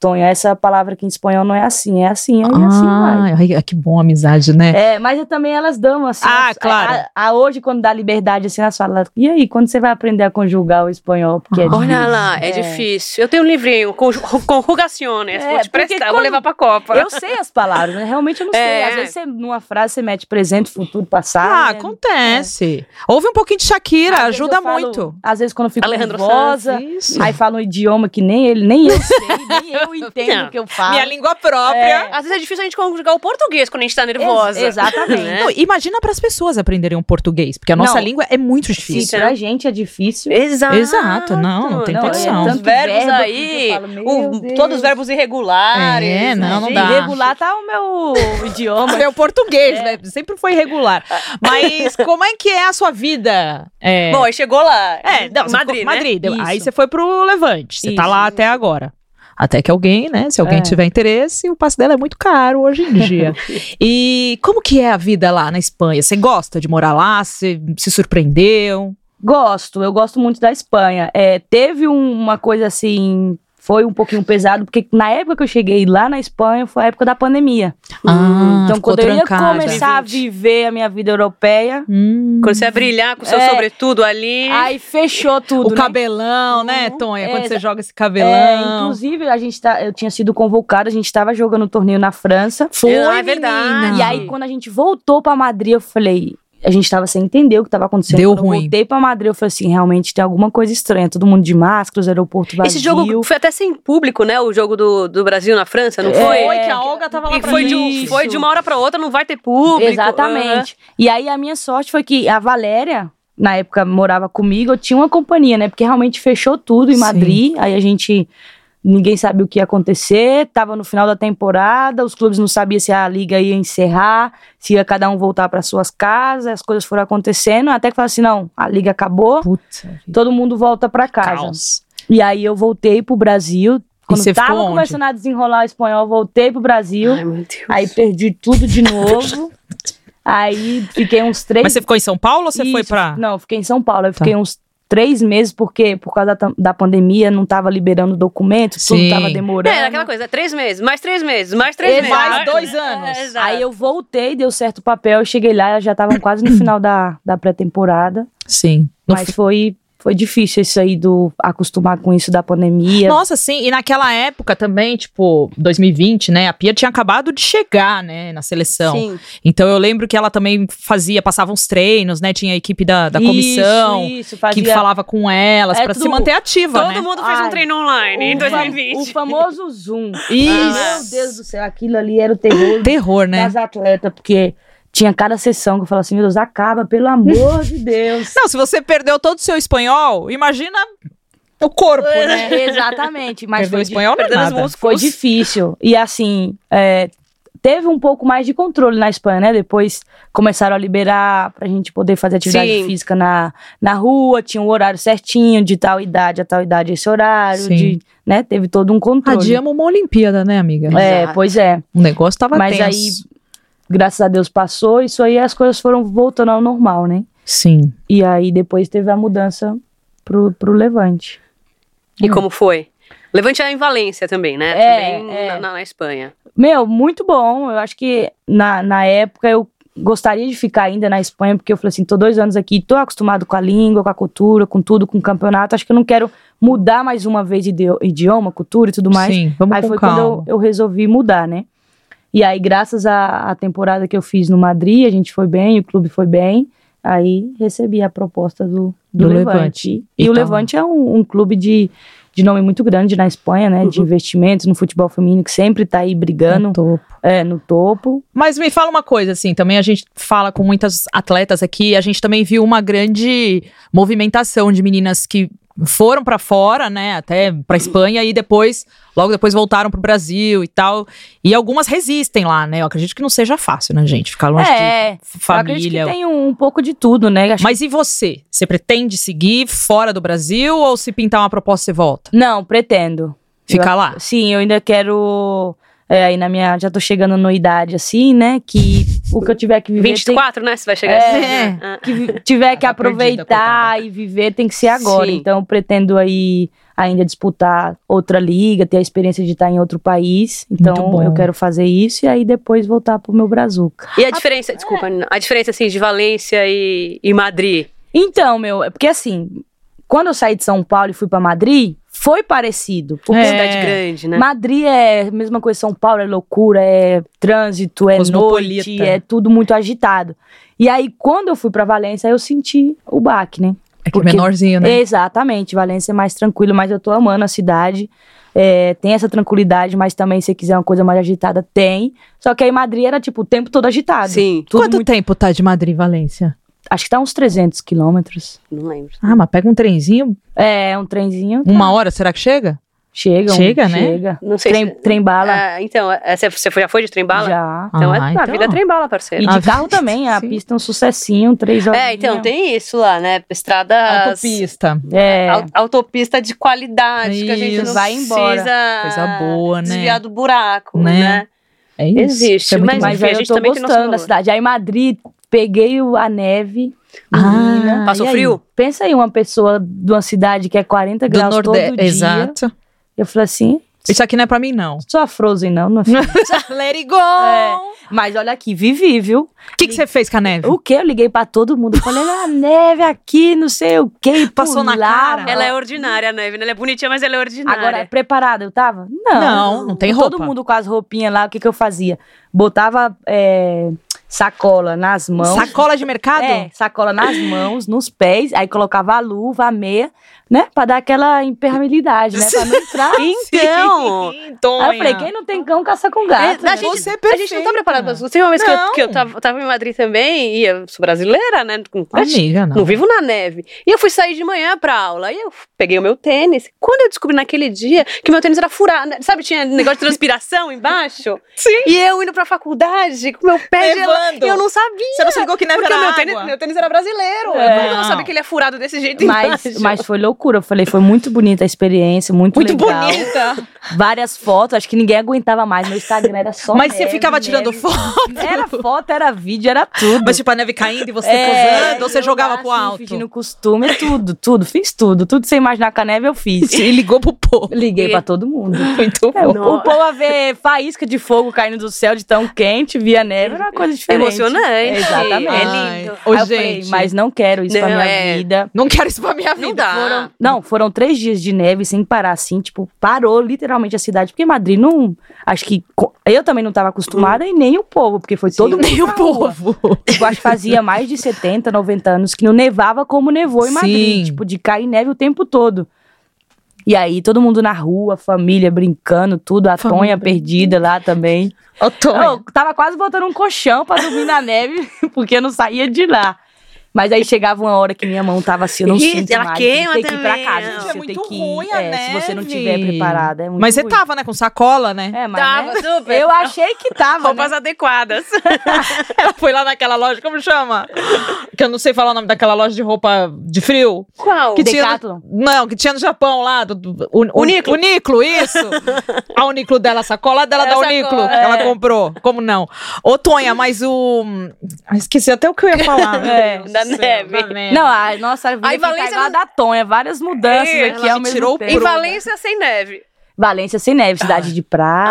S3: Tonha, essa palavra que em espanhol não é assim, é assim, é assim, vai.
S1: Ah, ai, que bom a amizade, né?
S3: É, mas eu também elas dão assim.
S1: Ah,
S3: elas-
S1: claro.
S3: A, a- hoje, quando dá liberdade, assim, elas falam, e aí, quando você vai aprender a conjugar o espanhol? Porque é
S1: Ah.
S3: difícil.
S2: Olha lá, é,
S3: É.
S2: difícil. Eu tenho um livrinho, conju- Conjugaciones,
S3: É,
S2: vou te
S3: porque
S2: prestar, eu vou
S3: quando-
S2: levar pra Copa.
S3: Eu sei as palavras, né? Realmente eu não sei.
S2: É.
S3: Às vezes você, numa frase você mete presente, futuro, passado.
S1: Ah,
S3: né?
S1: acontece. Ouve um pouquinho de Shakira,
S3: Às vezes
S1: ajuda
S3: eu falo-
S1: muito.
S3: Às vezes quando eu fico
S2: Alejandro
S3: nervosa,
S1: Isso.
S3: aí falo um idioma que nem ele, nem eu sei, nem eu entendo
S2: Não.
S3: o que eu falo.
S1: Minha língua própria.
S3: É.
S2: Às vezes é difícil a gente conjugar o português quando a gente tá nervosa.
S3: Ex- exatamente.
S2: Né?
S1: Não, Então, imagina para as pessoas aprenderem o português, porque a nossa
S3: Não.
S1: língua é muito
S3: Sim,
S1: difícil.
S2: Difícil,
S3: pra
S2: né?
S3: gente é difícil.
S2: Exato.
S1: Exato, não, não tem
S3: Não,
S1: condição.
S3: é
S2: Os
S3: tanto
S2: verbos
S3: verbo
S2: aí,
S3: que eu falo, meu
S2: o-
S3: Deus.
S2: todos os verbos irregulares. né,
S1: É, não, não
S2: gente.
S1: dá.
S3: Regular tá o meu idioma.
S1: Meu português, né? Sempre foi irregular. Mas como é que é a sua vida? É,
S2: Bom, aí chegou lá.
S1: é não, você
S2: Madrid,
S1: ficou-
S2: né?
S1: Madrid. deu-
S3: Isso.
S1: Aí você foi pro Levante. Você tá
S3: Isso.
S1: lá até agora. Até que alguém, né? Se alguém
S3: É.
S1: tiver interesse, o passe dela é muito caro hoje em dia. e como que é a vida lá na Espanha? Você gosta de morar lá? Você se surpreendeu?
S3: Gosto, eu gosto muito da Espanha. É, teve um- uma coisa assim, foi um pouquinho pesado, porque na época que eu cheguei lá na Espanha foi a época da pandemia.
S1: Ah,
S3: então,
S1: ficou
S3: quando eu ia
S1: trancada.
S3: começar a viver a minha vida europeia,
S1: Hum.
S2: Quando você ia brilhar com o seu
S3: É.
S2: sobretudo ali.
S3: aí fechou tudo.
S1: O
S3: né?
S1: cabelão, né, Tonha?
S3: É,
S1: Quando você
S3: exa-
S1: joga esse
S3: É,
S1: cabelão.
S3: inclusive, a gente tá, eu tinha sido convocada, a gente estava jogando um torneio na França.
S1: Foi,
S2: Ah, é verdade.
S1: menina.
S3: E aí, quando a gente voltou pra Madrid, eu falei. A gente tava sem entender o que tava acontecendo.
S1: Deu
S3: Quando eu
S1: ruim.
S3: voltei pra Madrid, eu falei assim: realmente tem alguma coisa estranha. Todo mundo de máscara, os aeroportos vazios.
S2: Esse jogo foi até sem público, né? O jogo do, do Brasil na França, não
S3: É.
S2: foi?
S1: que a Olga tava
S2: E
S1: pra
S2: foi de, um-
S1: gente.
S2: foi de uma hora pra outra, não vai ter público.
S3: Exatamente. E aí a minha sorte foi que a Valéria, na época morava comigo, eu tinha uma companhia, né? Porque realmente fechou tudo em
S1: Sim.
S3: Madrid. Aí a gente ninguém sabia o que ia acontecer, tava no final da temporada, os clubes não sabiam se a liga ia encerrar, se ia cada um voltar para suas casas, as coisas foram acontecendo, até que falaram assim, não, a liga acabou,
S1: Puta, vida.
S3: todo mundo volta para casa.
S1: caos.
S3: E aí eu voltei pro Brasil, quando
S1: você
S3: eu
S1: ficou
S3: tava
S1: onde?
S3: começando a desenrolar o espanhol, eu voltei pro
S2: Aham.
S3: Brasil.
S2: Ai, meu Deus.
S3: Aí perdi tudo de novo. Aí fiquei uns três.
S1: Mas você ficou em São Paulo ou você foi
S3: Isso,
S1: pra.
S3: Não, fiquei em São Paulo. Eu
S1: Tá.
S3: fiquei uns três meses, porque por causa da, tam- da pandemia não tava liberando documento,
S1: Sim.
S3: tudo tava
S2: É,
S3: demorando.
S2: era aquela coisa, três meses, mais três meses, mais três
S3: Exato.
S2: meses.
S1: Mais dois anos.
S2: É, exato.
S3: Aí eu voltei, deu certo o papel, eu cheguei lá, já estavam quase no final da, da pré-temporada.
S1: Sim. No
S3: Mas foi, foi difícil isso aí do acostumar com isso da pandemia.
S1: Nossa, sim, e naquela época também, tipo, 2020, né? A Pia tinha acabado de chegar, né, na seleção.
S2: Sim.
S1: Então eu lembro que ela também fazia, passava uns treinos, né? Tinha a equipe da, da
S3: Isso,
S1: comissão
S3: Isso, fazia...
S1: que falava com elas
S3: É
S1: pra se
S3: tudo-
S1: manter ativa,
S2: Todo
S1: né?
S2: mundo fez um
S3: Ai,
S2: treino online em
S3: o fam-
S2: 2020.
S3: O famoso Zoom.
S1: Isso.
S3: Meu Deus do céu, Tá aquilo ali era o terror
S1: Terror, né?
S3: das atletas, porque tinha cada sessão que eu falava assim, meu Deus, acaba, pelo amor de Deus.
S1: Não, se você perdeu todo o seu espanhol, imagina o corpo, né?
S3: Exatamente, É, mas
S1: Perdeu o
S3: foi,
S1: espanhol não é
S2: Perdendo os
S1: nada.
S2: músculos.
S3: di- foi difícil. E assim, é, teve um pouco mais de controle na Espanha, né? Depois começaram a liberar pra gente poder fazer atividade
S2: Sim.
S3: física na, na rua, tinha um horário certinho, de tal idade a tal idade esse horário,
S1: Sim.
S3: de, né? Teve todo um controle.
S1: Adiamos Ah, uma Olimpíada, né, amiga?
S3: É,
S2: Exato.
S3: pois é.
S1: O negócio tava
S3: Mas
S1: tenso.
S3: aí, graças a Deus, passou, isso aí as coisas foram voltando ao normal, né?
S1: Sim.
S3: E aí depois teve a mudança pro, pro Levante.
S2: E como foi? Levante é em Valência também, né?
S3: É,
S2: também
S3: é.
S2: Na, na- na Espanha.
S3: Meu, muito bom. Eu acho que na, na época eu gostaria de ficar ainda na Espanha, porque eu falei assim, tô dois anos aqui, tô acostumado com a língua, com a cultura, com tudo, com o campeonato. Acho que eu não quero mudar mais uma vez de ideo- idioma, cultura e tudo mais.
S1: Sim, vamos
S3: aí
S1: com
S3: foi
S1: calma.
S3: quando eu, eu resolvi mudar, né? E aí, graças à, à temporada que eu fiz no Madrid, a gente foi bem, o clube foi bem. Aí recebi a proposta do,
S1: Do
S3: do, Levante.
S1: Levante. E
S3: E, o
S1: tá lá.
S3: Levante é um, um clube de, de nome muito grande na Espanha, né?
S1: Uhum.
S3: De investimentos no futebol feminino, que sempre tá aí brigando
S1: Tô
S3: é, no topo.
S1: Mas me fala uma coisa, assim, também a gente fala com muitas atletas aqui, a gente também viu uma grande movimentação de meninas que foram pra fora, né, até pra Espanha e depois, logo depois voltaram pro Brasil e tal. E algumas resistem lá, né? Eu acredito que não seja fácil, né, gente, ficar longe
S3: É,
S1: de
S3: eu acredito que
S1: família.
S3: tem um, um pouco de tudo, né? Acho
S1: Mas e você? Você pretende seguir fora do Brasil ou se pintar uma proposta você volta?
S3: que- Não, pretendo.
S1: Ficar lá?
S3: Sim, eu ainda quero É, aí na minha. Já tô chegando na idade, assim, né? Que o que eu tiver que viver. tem-
S2: 24, né? Você vai chegar
S3: É.
S2: assim. né? Ah.
S3: que tiver que
S1: Tá perdida,
S3: aproveitar e viver tem que ser agora.
S2: Sim.
S3: Então, eu pretendo aí ainda disputar outra liga, ter a experiência de estar em outro país.
S1: Muito
S3: Então,
S1: bom.
S3: eu quero fazer isso e aí depois voltar pro meu Brazuca.
S2: E a diferença, desculpa, a diferença assim de Valência e, e Madrid.
S3: Então, meu, é porque assim, quando eu saí de São Paulo e fui pra Madrid, foi parecido. Porque
S1: É.
S2: Cidade grande, né?
S3: Madrid é a mesma coisa, São Paulo é loucura, é trânsito, é
S1: Cosmopolita.
S3: noite, é tudo muito agitado. E aí, quando eu fui pra Valência, eu senti o baque, né?
S1: É que é
S3: Porque-
S1: menorzinho, né?
S3: Exatamente, Valência é mais tranquilo, mas eu tô amando a cidade. É, tem essa tranquilidade, mas também se quiser uma coisa mais agitada, tem. Só que aí Madrid era tipo o tempo todo agitado.
S2: Sim,
S3: Tudo
S1: Quanto
S3: muito-
S1: tempo tá de Madrid, Valência?
S3: Acho que tá uns 300 quilômetros.
S2: não lembro.
S1: Ah, mas pega um trenzinho,
S3: É, um trenzinho.
S1: uma hora, será que chega?
S3: Chega, um-
S1: Chega, né?
S3: Chega.
S2: Não sei
S3: Trem,
S2: se.
S3: trem bala.
S2: Ah, então, é, você você já foi de trem bala?
S3: Já.
S2: Então,
S1: Ah,
S2: é, a
S1: então.
S2: vida é trem bala,
S3: E
S2: parceiro.
S1: Ah,
S3: de carro também, a
S1: sim.
S3: pista é um sucessinho, três horas.
S2: é, então, tem isso lá, né? Estradas.
S1: Autopista.
S3: É,
S2: au- autopista de qualidade, que a gente
S1: Isso.
S2: não
S3: Vai embora.
S2: precisa
S1: Coisa boa, né?
S2: desviar do buraco,
S1: Né?
S2: né?
S1: É isso.
S2: Existe,
S1: Isso é muito
S2: mas-
S1: bom.
S3: mas
S2: enfim, a
S3: aí eu
S2: gente
S3: tô
S2: também tem nosso
S3: gostando da
S2: valor.
S3: cidade. Aí Madrid, peguei o- a neve. menina.
S1: Ah,
S2: Passou
S1: e aí?
S2: frio?
S3: Pensa aí, uma pessoa de uma cidade que é 40
S1: Do
S3: graus todo
S1: Nordeste.
S3: dia.
S1: Exato.
S3: Eu falei assim,
S1: Isso aqui não é pra mim, não.
S3: só Frozen não, não é frio.
S1: Let it go!
S3: Mas olha aqui, vivi, viu?
S1: O que que você fez com a neve?
S3: O que? Eu liguei pra todo mundo, falei, ah, neve aqui, não sei o que,
S1: Passou na cara?
S2: Ela é ordinária, a neve, né? Ela é bonitinha, mas ela é ordinária.
S3: Agora, preparada eu tava? Não.
S1: Não, não tem
S3: Todo
S1: roupa.
S3: mundo com as roupinhas lá, o que que eu fazia? Botava é, sacola nas mãos.
S1: Sacola de mercado?
S3: É, sacola nas mãos, nos pés, aí colocava a luva, a meia, né? Pra dar aquela impermeabilidade, né? Pra não entrar.
S2: Então,
S1: Tonha.
S3: Aí eu falei, quem não tem cão, caça com gato.
S2: É, a
S3: né?
S2: gente-
S1: Você é
S2: a gente não
S1: perfeita.
S2: tá preparado pra isso. Teve uma vez que
S1: Não.
S2: eu, que eu tava, tava em Madrid também, e eu sou brasileira, né? Nunca
S1: Amiga,
S2: Não.
S1: não.
S2: vivo na neve. E eu fui sair de manhã pra aula. E eu peguei o meu tênis. Quando eu descobri naquele dia que meu tênis era furado, né? sabe? Tinha negócio de transpiração embaixo.
S1: Sim.
S2: E eu indo pra faculdade com meu pé
S1: Levando.
S2: gelado. E eu não sabia.
S1: Você não se ligou que neve
S2: Porque
S1: era
S2: meu
S1: água?
S2: tênis, meu tênis era brasileiro.
S1: É.
S2: Como eu vou saber que ele é furado desse jeito
S3: Mas,
S2: embaixo?
S3: mas foi loucura. Eu falei, foi muito bonita a experiência, muito,
S1: Muito
S3: legal.
S1: bonita.
S3: Várias fotos, acho que ninguém aguentava mais. Meu Instagram era só.
S1: Mas
S3: neve,
S1: você
S3: né?
S1: ficava
S3: neve.
S1: tirando foto.
S3: Era foto, era vídeo, era tudo.
S1: Mas tipo, a neve caindo e você
S3: É,
S1: posando, ou você
S3: eu
S1: jogava
S3: lá,
S1: pro
S3: assim,
S1: alto.
S3: Fingindo costume, tudo, tudo. Fiz tudo. Tudo sem imaginar com a neve, eu fiz.
S1: E ligou pro povo.
S3: Liguei pra todo mundo.
S1: Muito
S3: É, o,
S2: Nossa.
S3: o povo a ver faísca de fogo caindo do céu de tão quente, via neve, era uma coisa diferente.
S2: Emocionante.
S3: Exatamente.
S2: É lindo.
S1: É Ô,
S3: Aí eu
S1: gente,
S3: falei, mas não quero isso pra
S2: Não,
S3: minha
S2: é.
S3: vida.
S1: não quero isso pra minha é vida.
S2: Não dá.
S1: Foram-
S3: Não, foram três dias de neve sem parar, assim, tipo, parou literalmente a cidade, porque Madrid não. Acho que. co- Eu também não tava acostumada e nem o povo, porque foi todo mundo.
S1: Nem o
S3: pra rua.
S1: povo.
S3: Tipo, acho que fazia mais de 70, 90 anos que não nevava como nevou em
S1: Sim.
S3: Madrid. Tipo, de cair neve o tempo todo. E aí, todo mundo na rua, família brincando, tudo. A
S1: Família
S3: Tonha perdida lá também.
S1: Ô, Tonha.
S3: Eu tava quase botando um colchão pra dormir na neve, porque eu não saía de lá. Mas aí chegava uma hora que minha mão tava assim, eu não
S2: Ih,
S3: sinto
S2: ela
S3: mais.
S2: queima
S3: tem que ir pra
S2: também,
S3: casa.
S2: não.
S3: você
S1: Gente, é
S3: tem
S1: muito
S3: que ir.
S1: ruim a
S3: é,
S2: né?
S3: Se você não
S1: neve.
S3: tiver preparada, é muito
S1: Mas você
S3: ruim.
S1: tava, né, com sacola, né?
S3: É, mas
S2: Tava,
S3: né,
S2: super.
S3: eu achei que tava, né?
S2: Roupas adequadas.
S3: É.
S1: Ela foi lá naquela loja, como chama? Que eu não sei falar o nome daquela loja de roupa de frio.
S2: Qual?
S1: Que tinha
S3: Decathlon.
S1: não, que tinha no Japão lá. Do, do, o, o-
S2: Uniqlo.
S1: Uniqlo, isso. a Uniclo dela, a sacola dela
S2: É,
S1: da
S2: a sacola,
S1: Uniclo. que Ela
S3: é.
S1: comprou. Como não? Ô, Tonha, mas o. Ah, Esqueci até o que eu ia falar. meu
S3: É,
S1: Deus
S2: tipo da
S1: do céu,
S2: neve.
S1: da neve.
S3: Não, ai, nossa, a vida
S2: Aí
S3: fica
S2: Valência
S3: igual a
S2: não-
S3: da Tonha, várias mudanças
S2: É,
S3: aqui
S1: ela
S3: ao
S1: se
S3: mesmo
S1: tirou o
S3: tempo.
S2: Em Valência sem neve.
S3: Valência sem neve, cidade de
S2: Ah,
S3: praia,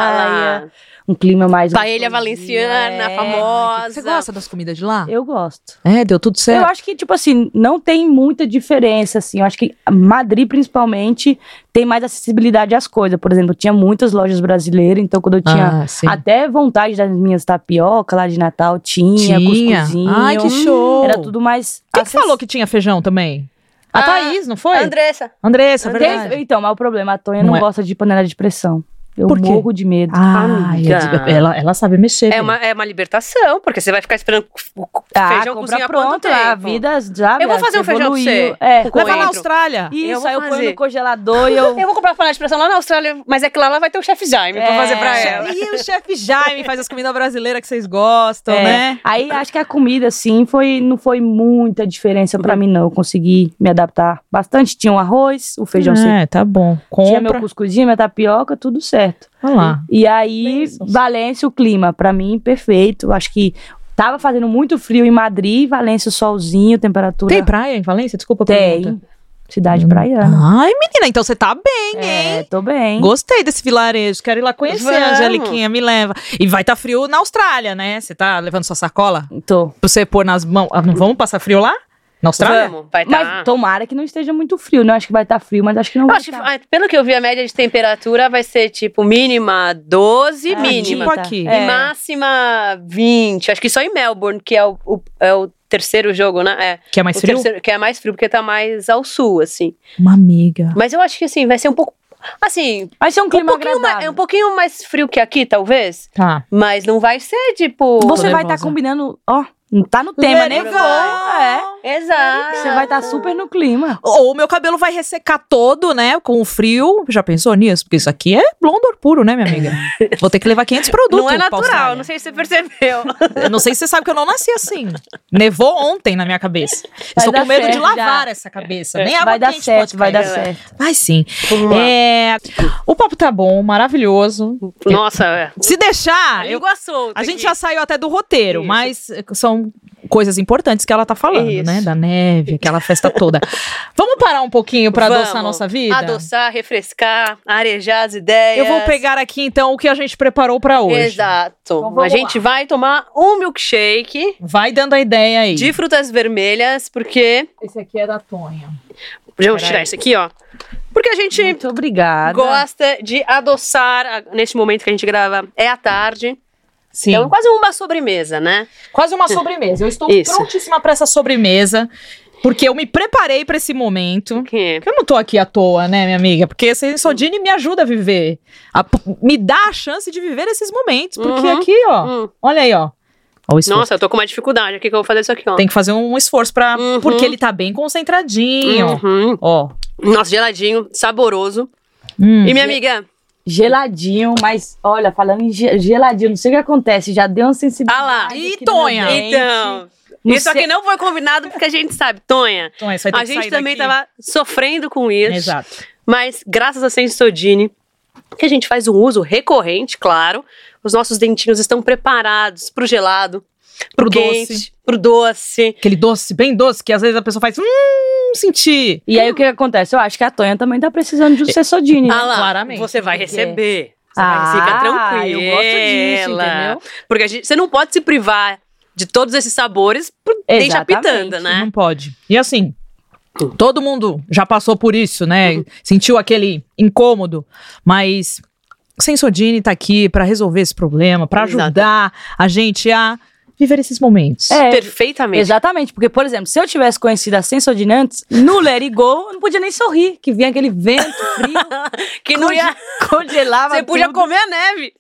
S2: lá.
S3: um clima mais...
S2: Paella
S3: gostosinho,
S2: valenciana,
S3: é.
S2: famosa.
S1: é. Você gosta das comidas de lá?
S3: Eu gosto.
S1: É, deu tudo
S3: Eu
S1: certo.
S3: acho que, tipo assim, não tem muita diferença, assim. Eu acho que Madrid, principalmente, tem mais acessibilidade às coisas. Por exemplo, tinha muitas lojas brasileiras, então quando eu tinha
S1: ah, sim.
S3: até vontade das minhas tapioca lá de Natal, tinha,
S1: Tinha.
S3: cuscuzinho.
S1: Ai, que show.
S3: Era tudo mais...
S1: Quem que
S3: acess-
S1: falou que tinha feijão também? A
S2: Ah,
S1: Thaís, não foi?
S2: Andressa.
S1: Andressa,
S3: Tem-
S1: é verdade.
S3: Então, mas o problema, a Tonha
S1: Não
S3: não,
S1: é.
S3: gosta de panela de pressão. Eu
S1: Por quê?
S3: morro de medo.
S1: Ah,
S2: Amiga.
S1: ela, ela sabe mexer.
S2: É
S1: né?
S2: uma, é uma libertação, porque você vai ficar esperando o co-
S3: Ah,
S2: feijão
S3: compra
S2: cozinhar
S3: pronto,
S2: quanto
S3: a
S2: tempo?
S3: vida já
S2: Eu vou fazer um feijão pra
S3: evoluiu.
S2: você.
S3: É,
S2: Com
S1: Leva lá na
S2: coentro.
S1: Austrália.
S2: Eu
S3: Isso,
S2: vou
S3: aí eu ponho
S2: fazer.
S3: no congelador e eu...
S2: Eu vou comprar uma panela de pressão lá na Austrália, mas é que lá, ela vai ter o chefe Jaime pra
S3: É.
S2: fazer pra
S3: Chefe
S2: ela.
S1: E o chefe Jaime faz as comidas brasileiras que vocês gostam,
S3: É,
S1: né?
S3: Aí acho que a comida, assim, foi, não foi muita diferença pra mim, não. Eu consegui me adaptar bastante. Tinha o um arroz, o feijão seco.
S1: tá bom.
S3: Tinha meu cuscuzinho, minha tapioca, tudo certo.
S1: Olha lá.
S3: E aí,
S1: Bênçãos.
S3: Valência, o clima, pra mim, perfeito. Acho que tava fazendo muito frio em Madrid, Valência, o solzinho, temperatura.
S1: Tem praia em Valência? Desculpa a
S3: Tem.
S1: pergunta.
S3: Cidade
S1: Hum.
S3: praiana.
S1: Ai, menina, então você tá bem, hein?
S3: É, tô bem.
S1: Gostei desse vilarejo, quero ir lá conhecer,
S2: Vamos.
S1: Angeliquinha, me leva. E vai estar frio na Austrália, né? Você tá levando sua sacola?
S3: Tô.
S1: Pra você pôr nas mãos. Ah, não Vamos passar frio lá? Na Austrália?
S2: Vamos, vai
S3: tá.
S2: tá.
S3: Mas
S2: estar.
S3: tomara que não esteja muito frio, né? Eu Acho que vai estar frio, mas acho que não vai tá.
S2: Acho que,
S3: estar.
S2: ah, pelo que eu vi, a média de temperatura vai ser tipo mínima 12,
S3: Ah,
S2: mínima.
S1: Tipo aqui.
S3: É.
S2: E máxima 20. Acho que só em Melbourne, que é o, o- é o terceiro jogo, né? É.
S1: Que é mais
S2: o
S1: frio?
S2: terceiro- que é mais frio, porque tá mais ao sul, assim.
S1: Uma amiga.
S2: Mas eu acho que, assim, vai ser um pouco. Assim,
S3: Vai ser um
S2: um
S3: clima
S2: pouquinho,
S3: agradável.
S2: mais, é um pouquinho mais frio que aqui, talvez.
S1: Tá.
S2: Mas não vai ser, tipo.
S3: Você vai estar
S1: nervosa.
S3: combinando, ó, não tá no tema, nem
S2: Legal.
S3: vou. É.
S2: Exato.
S3: Você vai tá estar super no clima.
S1: Ou o meu cabelo vai ressecar todo, né? Com o frio. Já pensou nisso? Porque isso aqui é blondor puro, né, minha amiga? Vou ter que levar 500 produtos.
S2: Não é
S1: pra
S2: natural,
S1: Austrália.
S2: não sei se você percebeu.
S1: Eu não sei se você sabe que eu não nasci assim. Nevou ontem na minha cabeça.
S3: Vai
S1: Estou
S3: dar
S1: com medo de
S3: certo,
S1: lavar essa cabeça.
S2: É
S1: Nem água
S3: vai dar
S1: quente
S3: certo,
S1: pode
S3: vai dar
S1: cair.
S2: galera.
S3: certo.
S1: Vai sim. É, o papo tá bom, maravilhoso.
S2: Nossa, é.
S1: Se deixar,
S2: A
S1: Ah, eu-
S2: língua solta.
S1: a gente
S2: aqui.
S1: já saiu até do roteiro,
S2: Isso.
S1: mas eh, são coisas importantes que ela tá falando,
S2: Isso.
S1: né? Da neve, aquela festa toda. Vamos parar um pouquinho pra adoçar a
S2: Vamos.
S1: nossa vida?
S2: Adoçar, refrescar, arejar as ideias.
S1: é Eu vou pegar aqui então o que a gente preparou pra hoje. Então,
S2: Exato.
S3: vamos
S2: a gente vai tomar um milkshake
S1: Vai dando a ideia aí.
S2: de frutas vermelhas, porque.
S1: Esse aqui é da Tonha.
S2: Vamos
S1: Peraí.
S2: tirar isso aqui, ó. Porque a gente
S3: Muito obrigada.
S2: gosta de adoçar. a- Neste momento que a gente grava é à tarde.
S1: Sim.
S3: um
S2: Então é quase uma sobremesa, né?
S1: Quase uma sobremesa. Eu estou
S2: Isso.
S1: prontíssima pra essa sobremesa, porque eu me preparei pra esse momento.
S2: Que
S1: Porque eu não tô aqui à toa, né, minha amiga? Porque esse Sodini me ajuda a viver. a- me dá a chance de viver esses momentos. Porque
S2: Uhum.
S1: aqui, ó,
S2: Hum.
S1: olha aí, ó. Ó o esforço.
S2: Nossa, eu tô com uma dificuldade aqui que eu vou fazer isso aqui, ó.
S1: Tem que fazer um esforço pra.
S2: Uhum.
S1: Porque ele tá bem concentradinho.
S2: Uhum.
S1: Ó.
S2: Nossa, geladinho, saboroso.
S1: Hum.
S2: E minha amiga,
S3: Geladinho, mas olha, falando em ge- geladinho, não sei o que acontece, já deu uma sensibilidade.
S2: Ah lá.
S3: aqui
S1: Ih,
S3: no meu
S1: Tonha.
S3: dente.
S2: então.
S3: Não
S2: Isso
S3: sei-
S2: aqui não foi combinado porque a gente sabe, Tonha.
S1: Então é, isso vai ter
S2: A
S1: que
S2: gente
S1: sair
S2: também
S1: daqui.
S2: tava sofrendo com isso.
S1: Exato.
S2: Mas graças a Senso Sodini, que a gente faz um uso recorrente, claro, os nossos dentinhos estão preparados pro gelado,
S1: Pro
S2: pro,
S1: doce.
S2: quente, pro doce.
S1: Aquele doce, bem doce, que às vezes a pessoa faz. Hum, senti.
S3: E aí o que acontece? Eu acho que a Tonha também tá precisando de um Cessodini. né?
S2: Ah lá,
S1: claramente.
S2: você vai
S3: Porque-
S2: receber. Você
S3: Ah,
S2: vai- fica tranquila.
S3: eu gosto disso, entendeu?
S2: Porque a gente- você não pode se privar de todos esses sabores, por- deixa
S3: Exatamente.
S2: pitando, né?
S1: Não pode. E assim. Todo mundo já passou por isso, né? Sentiu aquele incômodo, mas Sensodini tá aqui pra resolver esse problema, pra
S2: Exato.
S1: ajudar a gente a viver esses momentos.
S3: É,
S2: Perfeitamente.
S3: Exatamente, porque, por exemplo, se eu tivesse conhecido a Sensodin antes, no Let It Go, eu não podia nem sorrir, que vinha aquele vento frio,
S2: Que não ia,
S3: congelava
S2: você podia
S3: tudo,
S2: comer a neve.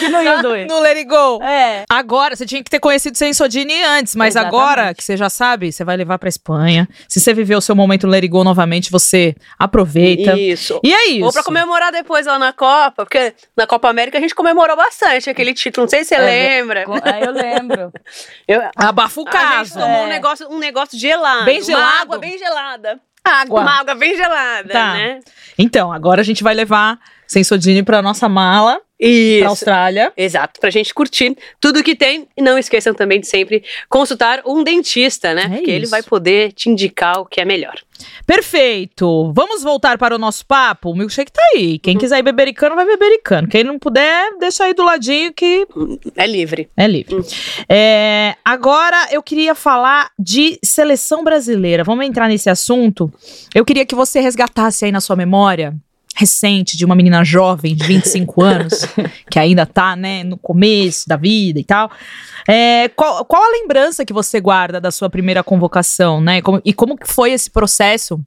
S3: que não ia doer.
S1: No Let It Go.
S3: É.
S1: Agora, você tinha que ter conhecido Sensodini antes, mas
S3: Exatamente.
S1: agora que você já sabe, você vai levar pra Espanha. Se você viveu o seu momento no Let It Go novamente, você aproveita. E,
S2: Isso.
S1: é isso.
S2: Ou pra um comemorar depois lá na Copa, porque na Copa América a gente comemorou bastante aquele título. Não sei se você
S3: É,
S1: né?
S2: lembra.
S3: Co- Aí eu lembro.
S2: Eu,
S1: Abafa o
S2: a gente
S1: caso.
S2: tomou um
S3: É.
S2: negócio, um negócio gelado.
S1: Bem gelado?
S2: Uma água bem gelada.
S1: Água.
S2: Uma água bem gelada,
S1: Tá.
S2: né?
S1: Então, agora a gente vai levar Sensodini pra nossa mala, pra
S2: Isso.
S1: Austrália.
S2: Exato, pra gente curtir tudo que tem. E não esqueçam também de sempre consultar um dentista, né?
S1: É
S2: porque ele
S1: isso.
S2: vai poder te indicar o que é melhor.
S1: Perfeito. Vamos voltar para o nosso papo? O milkshake tá aí. Quem quiser ir bebericano, vai bebericano. Quem não puder, deixa aí do ladinho que
S2: É livre.
S1: é livre. É, agora eu queria falar de seleção brasileira. Vamos entrar nesse assunto? Eu queria que você resgatasse aí na sua memória recente de uma menina jovem de 25 anos, que ainda tá, né, no começo da vida e tal. É, qual, qual a lembrança que você guarda da sua primeira convocação, né? Como- e como que foi esse processo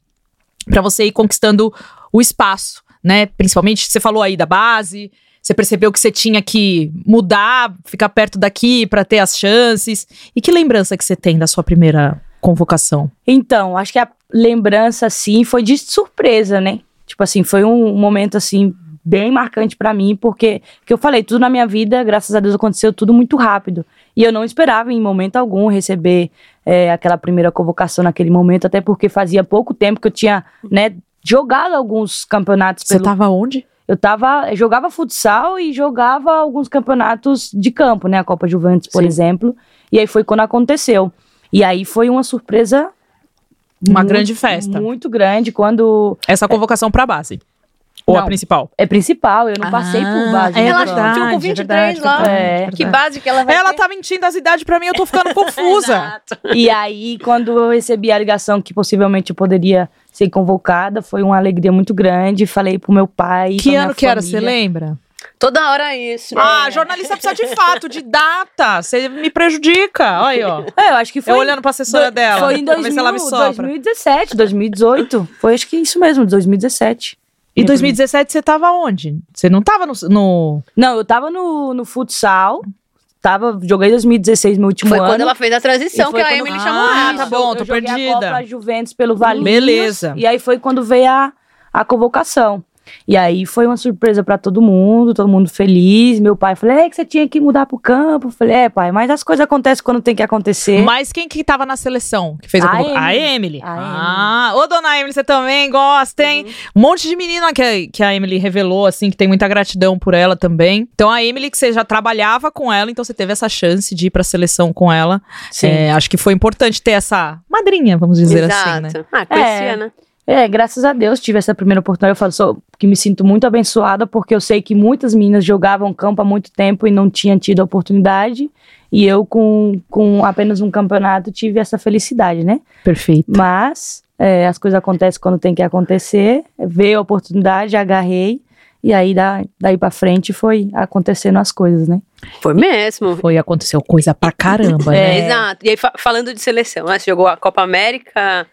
S1: para você ir conquistando o espaço, né? Principalmente, você falou aí da base, você percebeu que você tinha que mudar, ficar perto daqui para ter as chances. E que lembrança que você tem da sua primeira convocação?
S3: Então, acho que a lembrança, assim, foi de surpresa, né? Tipo assim, foi um momento, assim, bem marcante pra mim, porque, que eu falei, tudo na minha vida, graças a Deus, aconteceu tudo muito rápido. E eu não esperava, em momento algum, receber é, aquela primeira convocação naquele momento, até porque fazia pouco tempo que eu tinha, né, jogado alguns campeonatos
S1: Você
S3: pelo...
S1: tava onde?
S3: Eu tava, eu jogava futsal e jogava alguns campeonatos de campo, né? A Copa Juventus, por
S2: Sim.
S3: exemplo. E aí foi quando aconteceu. E aí foi uma surpresa.
S1: Uma
S3: muito-
S1: grande festa.
S3: Muito grande. Quando
S1: Essa convocação pra base. Ou a
S3: Não.
S1: principal.
S3: é principal, eu não passei por base.
S1: Ah,
S3: né,
S2: Ela
S3: então.
S2: verdade. ficou com
S1: é
S2: 23
S1: verdade,
S2: lá.
S1: verdade,
S2: Que
S1: verdade.
S2: base que ela vai
S1: Ela
S2: ter.
S1: tá mentindo as idades pra mim, eu tô ficando confusa.
S2: Exato.
S3: E aí, quando eu recebi a ligação que possivelmente eu poderia ser convocada, foi uma alegria muito grande. Falei pro meu pai.
S1: que ano que era, você
S3: excelente.
S1: lembra?
S2: Toda hora é isso.
S1: Ah,
S2: É.
S1: jornalista precisa de fato, de data. Você me prejudica. Olha aí, ó.
S3: É, eu acho que foi.
S1: Eu olhando pra assessora
S3: do-
S1: dela.
S3: Foi em
S1: pra ver se ela me
S3: 2000,
S1: sopra.
S3: 2017, 2018. Foi acho que isso mesmo, 2017.
S1: Em 2017 você tava onde? Você não tava no. no-
S3: Não, eu tava no, no futsal. Tava, joguei 2016, meu último
S2: Foi
S3: ano.
S2: quando ela fez a transição
S3: E foi
S2: que a
S3: quando-
S2: Emily
S1: Ah,
S2: chamou ela.
S1: tá
S3: Isso,
S1: bom, tô
S3: eu joguei
S1: perdida.
S3: A Copa Juventus pelo Valinhos.
S1: Beleza.
S3: E aí foi quando veio a, a convocação. E aí foi uma surpresa pra todo mundo, todo mundo feliz. Meu pai falou: é que você tinha que mudar pro campo. Eu falei: é, pai, mas as coisas acontecem quando tem que acontecer.
S1: Mas quem que tava na seleção que fez a
S3: A
S1: convocação? A
S3: Emily.
S1: Emily.
S3: A
S1: Ah, ô dona Emily, você também gosta, hein? Um monte de menina que, a- que a Emily revelou, assim, que tem muita gratidão por ela também. Então a Emily, que você já trabalhava com ela, então você teve essa chance de ir pra seleção com ela. É, acho que foi importante ter essa madrinha, vamos dizer
S2: Exato.
S1: assim, né?
S2: Ah, conhecia, né?
S3: É, graças a Deus tive essa primeira oportunidade. Eu falo sou, que me sinto muito abençoada, porque eu sei que muitas meninas jogavam campo há muito tempo e não tinham tido a oportunidade. E eu, com, com apenas um campeonato, tive essa felicidade, né?
S1: Perfeito.
S3: Mas é, as coisas acontecem quando tem que acontecer. Veio a oportunidade, agarrei. E aí, da, daí pra frente, foi acontecendo as coisas, né?
S2: Foi mesmo.
S1: Foi, aconteceu coisa pra caramba, né?
S3: É.
S2: Exato. E aí, fa- falando de seleção, né? Você jogou a Copa América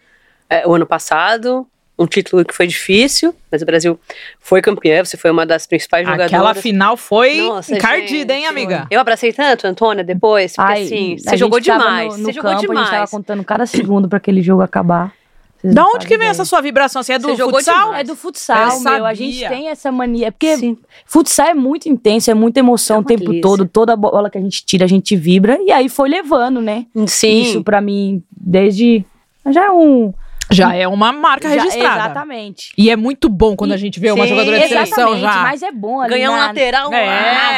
S2: é, o ano passado, um título que foi difícil, mas o Brasil foi campeã, você foi uma das principais jogadoras.
S1: Aquela final foi
S2: Nossa,
S1: encardida, hein,
S2: gente,
S1: amiga?
S2: Eu abracei tanto, Antônia, depois, porque
S3: Ai,
S2: assim,
S3: a
S2: você
S3: gente
S2: jogou
S3: tava
S2: demais.
S3: No, no
S2: você jogou
S3: campo, A gente tava
S2: demais.
S3: contando cada segundo pra aquele jogo acabar. Vocês
S1: Da
S3: não
S1: onde que
S3: fazem
S1: vem
S3: ideia.
S1: essa sua vibração? Assim, é do
S2: Você jogou
S1: futsal?
S2: demais.
S3: É do futsal,
S1: Eu
S3: meu. A
S1: sabia.
S3: gente tem essa mania. Porque
S2: Sim.
S3: futsal é muito intenso, é muita
S2: É
S3: emoção o
S2: uma
S3: tempo
S2: delícia.
S3: todo. Toda bola que a gente tira, a gente vibra. E aí foi levando, né?
S2: Sim.
S3: Isso pra mim, desde. Já é um.
S1: Já é uma marca
S3: já-
S1: registrada.
S3: Exatamente.
S1: E é muito bom quando a gente vê uma
S2: Sim,
S1: jogadora de seleção
S3: Exatamente,
S1: já.
S3: mas é bom ali
S2: Ganhar um
S3: na,
S2: lateral,
S1: É.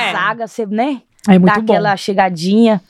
S2: é.
S3: na zaga, você, né?
S1: É muito
S3: Dar
S1: bom.
S3: aquela chegadinha.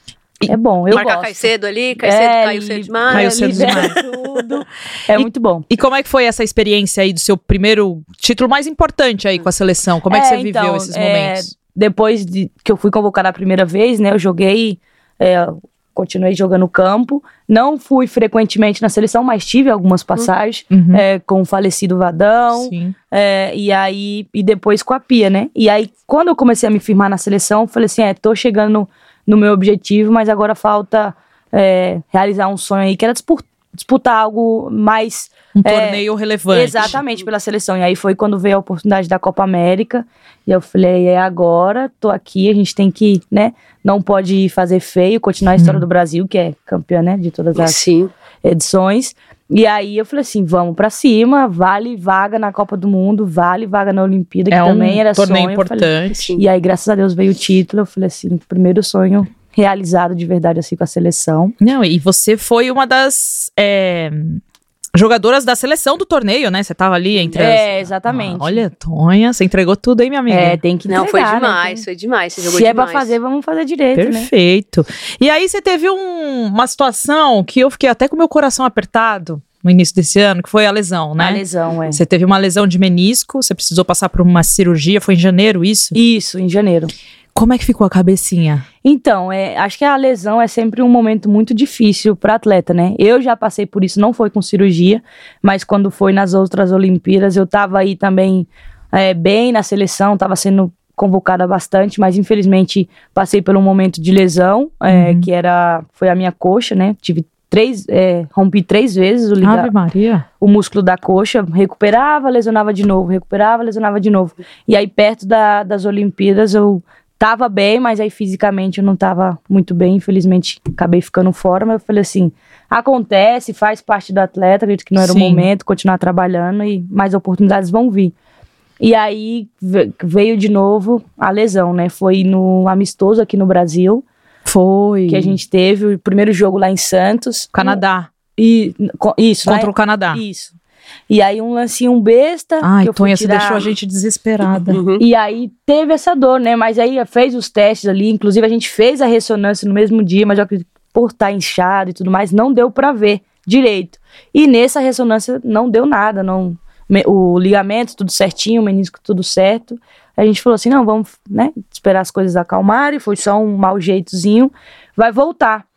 S3: É bom, eu
S2: marcar
S3: gosto.
S2: cai cedo ali, cai cedo,
S3: É,
S2: caiu cedo
S3: e-
S2: demais.
S1: Caiu cedo
S3: libera tudo. É muito bom.
S1: E como é que foi essa experiência aí do seu primeiro título mais importante aí com a seleção? Como é, que
S3: É,
S1: você
S3: então,
S1: viveu esses
S3: é,
S1: momentos?
S3: depois de- que eu fui convocada a primeira vez, né, eu joguei, é, continuei jogando no campo, não fui frequentemente na seleção, mas tive algumas passagens
S1: Uhum.
S3: é, com o falecido Vadão,
S1: Sim.
S3: é, e aí, e depois com a Pia, né, e aí quando eu comecei a me firmar na seleção, eu falei assim, é, tô chegando no, no meu objetivo, mas agora falta é, realizar um sonho aí, que era dispu- disputar algo mais
S1: Um torneio relevante.
S3: é, Exatamente, pela seleção. E aí foi quando veio a oportunidade da Copa América. E eu falei, é agora, tô aqui, a gente tem que, né? Não pode fazer feio, continuar a
S1: Hum.
S3: história do Brasil, que é campeã, né? De todas as
S2: Sim.
S3: edições. E aí eu falei assim, vamos pra cima, vale vaga na Copa do Mundo, vale vaga na Olimpíada, que
S1: É um
S3: também era
S1: torneio
S3: sonho. Eu falei-
S1: importante.
S3: e aí, graças a Deus, veio o título. Eu falei assim, primeiro sonho realizado de verdade, assim, com a seleção.
S1: Não, e você foi uma das é, jogadoras da seleção do torneio, né? Você tava ali entre as...
S3: É, exatamente.
S1: Ah, olha, Tonha, você entregou tudo, hein, minha amiga?
S3: É, tem que
S2: Não, foi
S3: entregar, né?
S2: demais, foi demais. Você
S3: Se
S2: jogou
S3: é pra
S2: demais.
S3: fazer, vamos fazer direito, né?
S1: Perfeito. E aí você teve um- uma situação que eu fiquei até com o meu coração apertado no início desse ano, que foi a lesão, né?
S3: A lesão, é.
S1: Você teve uma lesão de menisco, você precisou passar por uma cirurgia, foi em janeiro isso?
S3: Isso, em janeiro.
S1: Como é que ficou a cabecinha?
S3: Então, é, acho que a lesão é sempre um momento muito difícil para atleta, né? Eu já passei por isso, não foi com cirurgia, mas quando foi nas outras Olimpíadas, eu tava aí também é, bem na seleção, tava sendo convocada bastante, mas infelizmente passei por um momento de lesão, é,
S1: Uhum.
S3: que era foi a minha coxa, né? Tive três, é, rompi três vezes o, liga,
S1: Ave Maria.
S3: o músculo da coxa, recuperava, lesionava de novo, recuperava, lesionava de novo. E aí, perto da- das Olimpíadas, eu tava bem, mas aí fisicamente eu não tava muito bem, infelizmente acabei ficando fora, mas eu falei assim, acontece, faz parte do atleta, acredito que não era
S1: Sim.
S3: o momento, continuar trabalhando e mais oportunidades vão vir. E aí ve- veio de novo a lesão, né? Foi no amistoso aqui no Brasil,
S1: Foi.
S3: que a gente teve o primeiro jogo lá em Santos.
S1: Canadá.
S3: E, co- isso, lá
S1: Contra o Canadá.
S3: isso. E aí um lancinho besta.
S1: Tá. Ai,
S3: que eu fui
S1: Tonha, você
S3: tirar.
S1: deixou a gente desesperada.
S2: Uhum.
S3: E aí teve essa dor, né? Mas aí fez os testes ali, inclusive a gente fez a ressonância no mesmo dia, mas eu acredito que por estar inchado e tudo mais, não deu pra ver direito. E nessa ressonância não deu nada, não me- o ligamento tudo certinho, o menisco tudo certo. A gente falou assim, não, vamos, né, esperar as coisas acalmarem, foi só um mau jeitozinho, vai voltar.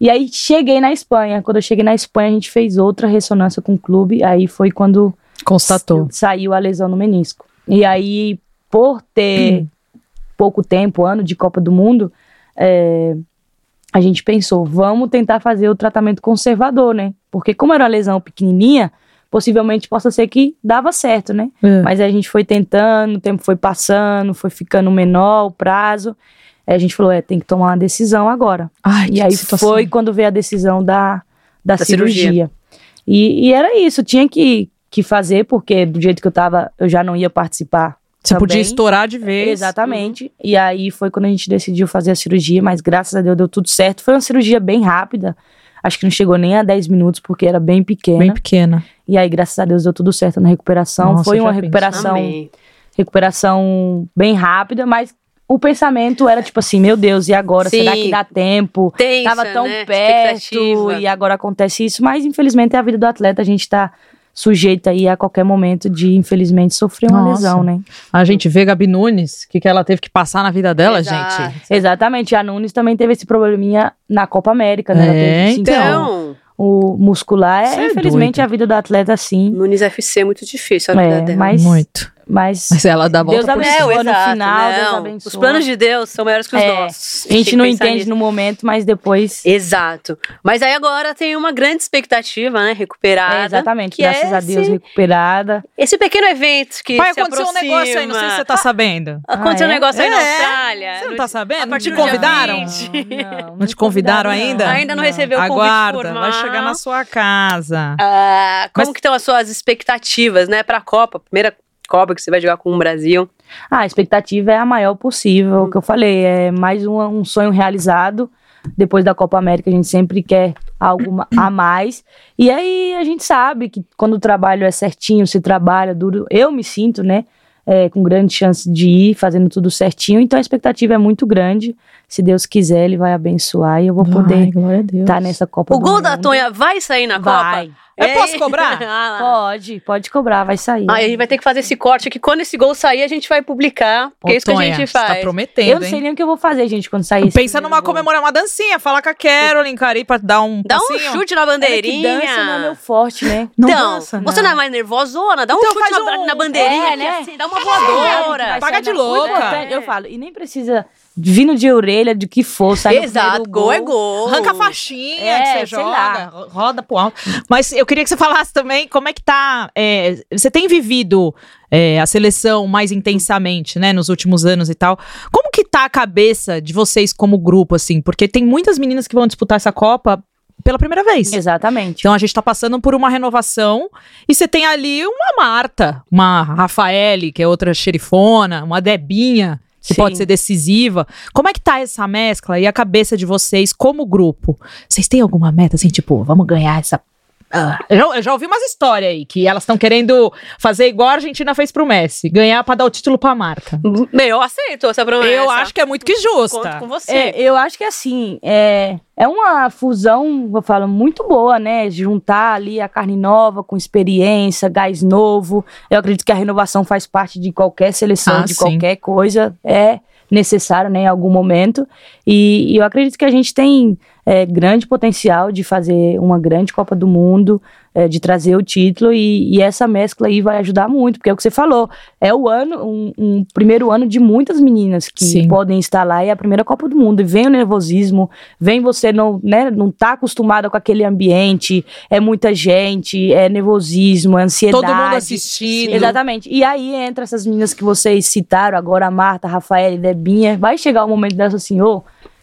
S3: E aí cheguei na Espanha. Quando eu cheguei na Espanha, a gente fez outra ressonância com o clube, aí foi quando
S1: Constatou.
S3: Saiu a lesão no menisco. E aí, por ter pouco tempo, ano de Copa do Mundo, é, a gente pensou, vamos tentar fazer o tratamento conservador, né? Porque como era uma lesão pequenininha, possivelmente possa ser que dava certo, né?
S1: É.
S3: Mas aí a gente foi tentando, o tempo foi passando, foi ficando menor o prazo. Aí a gente falou, é, tem que tomar uma decisão agora.
S1: Ai,
S3: E
S1: que
S3: aí
S1: situação.
S3: foi quando veio a decisão da, da,
S2: Da cirurgia.
S3: cirurgia. E, e era isso, tinha que, que fazer, porque do jeito que eu tava, eu já não ia participar.
S1: Você podia
S3: também.
S1: estourar de vez.
S3: Exatamente. E aí foi quando a gente decidiu fazer a cirurgia, mas graças a Deus deu tudo certo. Foi uma cirurgia bem rápida, acho que não chegou nem a 10 minutos, porque era bem pequena.
S1: Bem pequena.
S3: E aí, graças a Deus, deu tudo certo na recuperação.
S1: Nossa,
S3: foi
S1: eu
S3: uma
S1: já penso.
S3: recuperação
S2: Amei.
S3: recuperação bem rápida, mas o pensamento era tipo assim, meu Deus, e agora?
S2: Sim.
S3: Será que dá tempo?
S2: Tensa,
S3: Tava tão
S2: né?
S3: perto
S2: Expectativa.
S3: e agora acontece isso, mas infelizmente é a vida do atleta, a gente tá sujeita aí a qualquer momento de infelizmente sofrer uma
S1: Nossa.
S3: lesão, né?
S1: A gente vê Gabi Nunes, o que, que ela teve que passar na vida dela,
S2: Exato.
S1: gente.
S3: Exatamente, a Nunes também teve esse probleminha na Copa América, né? Ela
S1: É,
S3: teve cinturão.
S2: Então,
S3: o muscular
S1: Cê
S3: é,
S1: é
S3: infelizmente
S1: doida.
S3: a vida do atleta sim,
S2: Nunes FC é muito difícil a vida
S3: É,
S2: dela.
S3: mas-
S1: Muito.
S3: mas
S1: Mas ela dá a volta
S3: Deus
S1: por
S3: abençoe.
S1: cima.
S2: É,
S3: no
S2: exato,
S3: final, Deus
S2: não.
S3: abençoa.
S2: Os planos de Deus são maiores que os
S3: É,
S2: nossos.
S3: a gente
S2: Tem
S3: não
S2: que pensar
S3: entende
S2: nisso. É
S3: no momento, mas depois
S2: Exato. Mas aí agora tem uma grande expectativa, né? Recuperada.
S3: É, exatamente,
S2: que
S3: graças
S2: é
S3: a Deus
S2: esse-
S3: recuperada.
S2: Esse pequeno evento que
S1: Vai
S2: se
S1: acontecer um
S2: aproxima.
S1: negócio aí, não sei se você tá sabendo.
S2: Aconteceu
S3: Ah,
S2: um
S3: é?
S2: negócio aí na
S1: É,
S2: Austrália.
S1: Você não
S2: No-
S1: tá sabendo?
S2: a partir
S1: Te
S2: do dia
S1: convidaram?
S2: 20.
S3: Não,
S1: Não te convidaram ainda?
S2: Ainda não recebeu o convite
S1: Aguarda,
S2: formal.
S1: vai chegar na sua casa.
S2: Ah, como
S1: Mas-
S2: que estão as suas expectativas, né? Pra Copa, primeira Copa que você vai jogar com o Brasil.
S3: Ah, a expectativa é a maior possível, o que
S2: Uhum.
S3: eu falei, é mais um, um sonho realizado. Depois da Copa América, a gente sempre quer algo ma- a mais. E aí a gente sabe que quando o trabalho é certinho, se trabalha duro, eu me sinto, né? é, com grande chance de ir fazendo tudo certinho. Então a expectativa é muito grande. Se Deus quiser, Ele vai abençoar e eu vou poder
S1: glória a Deus.
S2: tá.
S3: estar nessa Copa.
S2: O
S3: do
S2: gol
S3: Mundo.
S2: da Tonha vai sair na
S3: vai.
S2: Copa?
S1: Eu
S2: É.
S1: posso cobrar?
S2: Ah, lá.
S3: Pode, pode cobrar, vai sair.
S2: Aí a gente vai ter que fazer esse corte aqui. Quando esse gol sair, a gente vai publicar. Porque é isso que a gente
S1: Você tá
S2: faz.
S1: prometendo,
S3: eu não sei
S1: hein?
S3: nem o que eu vou fazer, gente, quando sair esse
S1: Pensa
S3: primeiro
S1: numa
S3: gol.
S1: comemorar uma dancinha, falar com a Carolyn, Cari, pra dar um
S2: Dá um
S1: passinho.
S2: chute na
S3: É que
S2: bandeirinha.
S3: dança não é meu forte, né?
S1: Não
S2: então,
S1: dança,
S2: você não é mais nervosona? Dá um
S1: Então
S2: chute
S1: faz
S2: na, ba-
S1: um-
S2: na bandeirinha, né?
S3: É, né?
S2: Assim, dá uma
S3: Vai
S2: voadora. é
S1: Paga
S3: ser
S1: de
S3: na-
S1: louca.
S3: O importante, Eu falo, e nem precisa vindo de orelha, de que for, sair no
S2: Exato,
S3: primeiro
S2: gol, é gol.
S1: Arranca a faixinha
S3: É,
S1: que você
S3: sei
S1: joga,
S3: lá.
S1: ro- roda pro alto. Mas eu queria que você falasse também como é que tá. é, você tem vivido é, a seleção mais intensamente, né, nos últimos anos e tal. Como que tá a cabeça de vocês como grupo, assim? Porque tem muitas meninas que vão disputar essa Copa pela primeira vez.
S3: Exatamente.
S1: Então a gente tá passando por uma renovação e você tem ali uma Marta, uma Rafaele, que é outra xerifona, uma Debinha, que
S3: Sim.
S1: pode ser decisiva. Como é que tá essa mescla e a cabeça de vocês como grupo? Vocês têm alguma meta assim, tipo, vamos ganhar essa. Ah, eu já- eu já ouvi umas histórias aí que elas estão querendo fazer igual a Argentina fez pro Messi, ganhar pra dar o título pra Marta.
S2: Meu, eu aceito essa promessa.
S1: Eu acho que é muito que
S2: Conto
S1: justa.
S2: com Então, você.
S3: É, eu acho que assim, é, é uma fusão, eu falo, muito boa, né? Juntar ali a carne nova com experiência, gás novo. Eu acredito que a renovação faz parte de qualquer seleção,
S1: Ah,
S3: de
S1: sim.
S3: qualquer coisa. É necessário, né, em algum momento. E, e eu acredito que a gente tem é, grande potencial de fazer uma grande Copa do Mundo, é, de trazer o título, e, e essa mescla aí vai ajudar muito, porque é o que você falou, é o ano, um, um primeiro ano de muitas meninas que
S1: Sim.
S3: podem estar lá, e é a primeira Copa do Mundo, e vem o nervosismo, vem você não, né, não tá acostumada com aquele ambiente, é muita gente, é nervosismo, é ansiedade.
S1: Todo mundo assistindo.
S3: Exatamente. E aí entra essas meninas que vocês citaram agora, a Marta, a Rafaela e Debinha. Vai chegar o momento dessa assim, ô,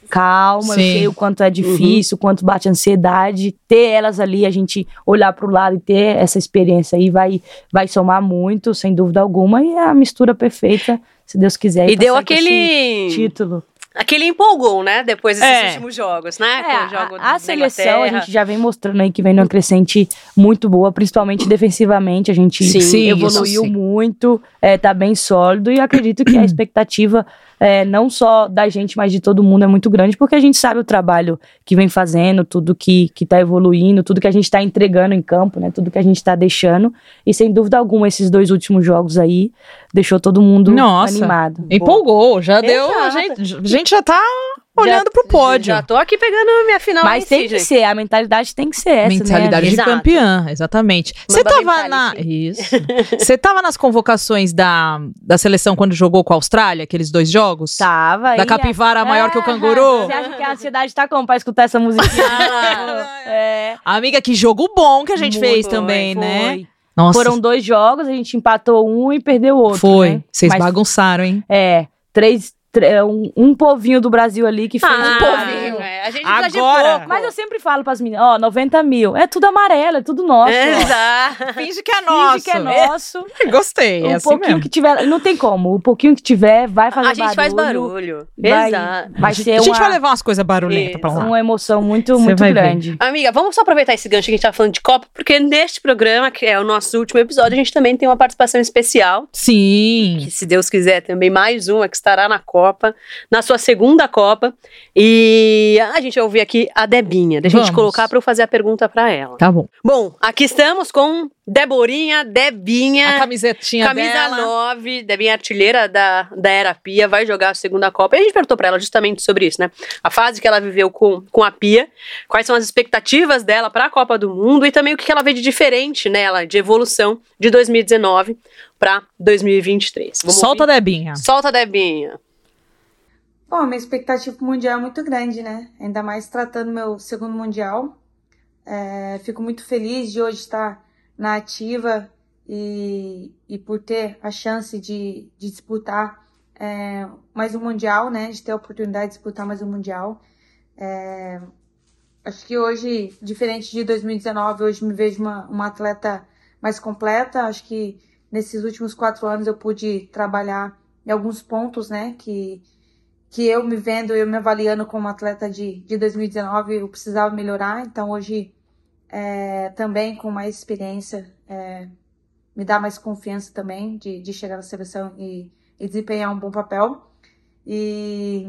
S3: calma,
S1: Sim.
S3: eu sei o quanto é difícil, o quanto bate ansiedade. Ter elas ali, a gente olhar pro lado e ter essa experiência aí vai, vai somar muito, sem dúvida alguma. E é a mistura perfeita, se Deus quiser.
S2: E deu
S3: passar com esse
S2: aquele.
S3: título.
S2: Aquele empolgou, né? Depois desses
S1: É.
S2: últimos jogos, né?
S3: É,
S2: Com o jogo
S3: a, a
S2: da
S3: seleção a
S2: Inglaterra.
S3: gente já vem mostrando aí que vem numa crescente muito boa, principalmente defensivamente. A gente
S2: Sim,
S1: Sim, isso
S3: evoluiu
S1: sim.
S3: muito, é, tá bem sólido e acredito que a expectativa é, não só da gente, mas de todo mundo é muito grande, porque a gente sabe o trabalho que vem fazendo, tudo que, que tá evoluindo, tudo que a gente tá entregando em campo, né? Tudo que a gente tá deixando. E sem dúvida alguma, esses dois últimos jogos aí deixou todo mundo
S1: Nossa.
S3: animado.
S1: Empolgou, já deu. A
S2: Exato.
S1: gente, a gente já tá olhando pro pódio.
S2: Já tô aqui pegando a minha final.
S3: Mas
S2: em
S3: tem
S2: si,
S3: que
S2: gente.
S3: ser, a mentalidade tem que ser essa,
S1: Mentalidade
S3: né?
S1: de
S2: Exato.
S1: campeã, exatamente. Você
S2: Mamba
S1: tava na. Isso. Você tava nas convocações da, da seleção quando jogou com a Austrália, aqueles dois jogos? Da
S3: Tava Tá, aí, a-
S1: capivara maior que o
S3: Ah,
S1: canguru?
S3: Você acha que a ansiedade tá como pra escutar essa musiquinha?
S2: Ah,
S3: é.
S1: Amiga, que jogo bom que a gente fez
S2: Muito,
S1: também,
S2: foi,
S1: né?
S2: foi.
S1: Nossa,
S3: Foram dois jogos, a gente empatou um e perdeu o outro.
S1: foi.
S3: né?
S1: Vocês
S3: Mas-
S1: bagunçaram, hein?
S3: É, três, tr- é, um, um povinho do Brasil ali que foi.
S2: Ah,
S3: um
S2: povinho. é. A gente precisa de
S1: Agora.
S2: pouco.
S3: Mas eu sempre falo pras meninas, ó, 90 mil. É tudo amarelo, é tudo nosso. ó.
S2: Exato.
S1: Finge que é
S3: Finge que é nosso.
S1: Gostei,
S3: um
S1: é assim
S3: pouquinho
S1: mesmo.
S3: que tiver. Não tem como. O pouquinho que tiver vai fazer
S2: A gente faz barulho.
S3: Vai-
S2: Exato.
S3: Vai ser
S1: a gente
S3: uma, um é
S1: vai levar umas coisas barulhentas pra lá.
S3: uma emoção muito,
S1: Você
S3: muito
S1: vai ver.
S3: grande.
S2: Amiga, vamos só aproveitar esse gancho que a gente tá falando de Copa, porque neste programa, que é o nosso último episódio, a gente também tem uma participação especial.
S1: Sim.
S2: que se Deus quiser também mais uma que estará na Copa, na sua segunda Copa. E a gente vai ouvir aqui a Debinha. Deixa a gente
S1: Vamos.
S2: colocar para eu fazer a pergunta para ela.
S1: Tá bom.
S2: Bom, aqui estamos com Deborinha,
S1: A
S3: É.
S2: Debinha.
S1: camisetinha
S2: Camisa
S1: dela.
S2: 9, Debinha artilheira da, da Era Pia, vai jogar a segunda Copa. E a gente perguntou para ela justamente sobre isso, né? A fase que ela viveu com, com a Pia, quais são as expectativas dela para a Copa do Mundo e também o que que ela vê de diferente nela, de evolução de 2019 para 2023. Vamos
S1: Solta a Debinha.
S2: Solta, Debinha.
S4: Bom, minha expectativa pro mundial é muito grande, né? Ainda mais tratando meu segundo mundial. É, fico muito feliz de hoje estar na ativa e, e por ter a chance de, de disputar é, mais um mundial, né? De ter a oportunidade de disputar mais um mundial. É, acho que hoje, diferente de 2019, hoje me vejo uma, uma atleta mais completa. Acho que nesses últimos quatro anos eu pude trabalhar em alguns pontos, né? Que que eu me vendo, eu me avaliando como atleta de, de 2019, eu precisava melhorar. Então, hoje, é, também com mais experiência, é, me dá mais confiança também de, de chegar na seleção e, e desempenhar um bom papel. E,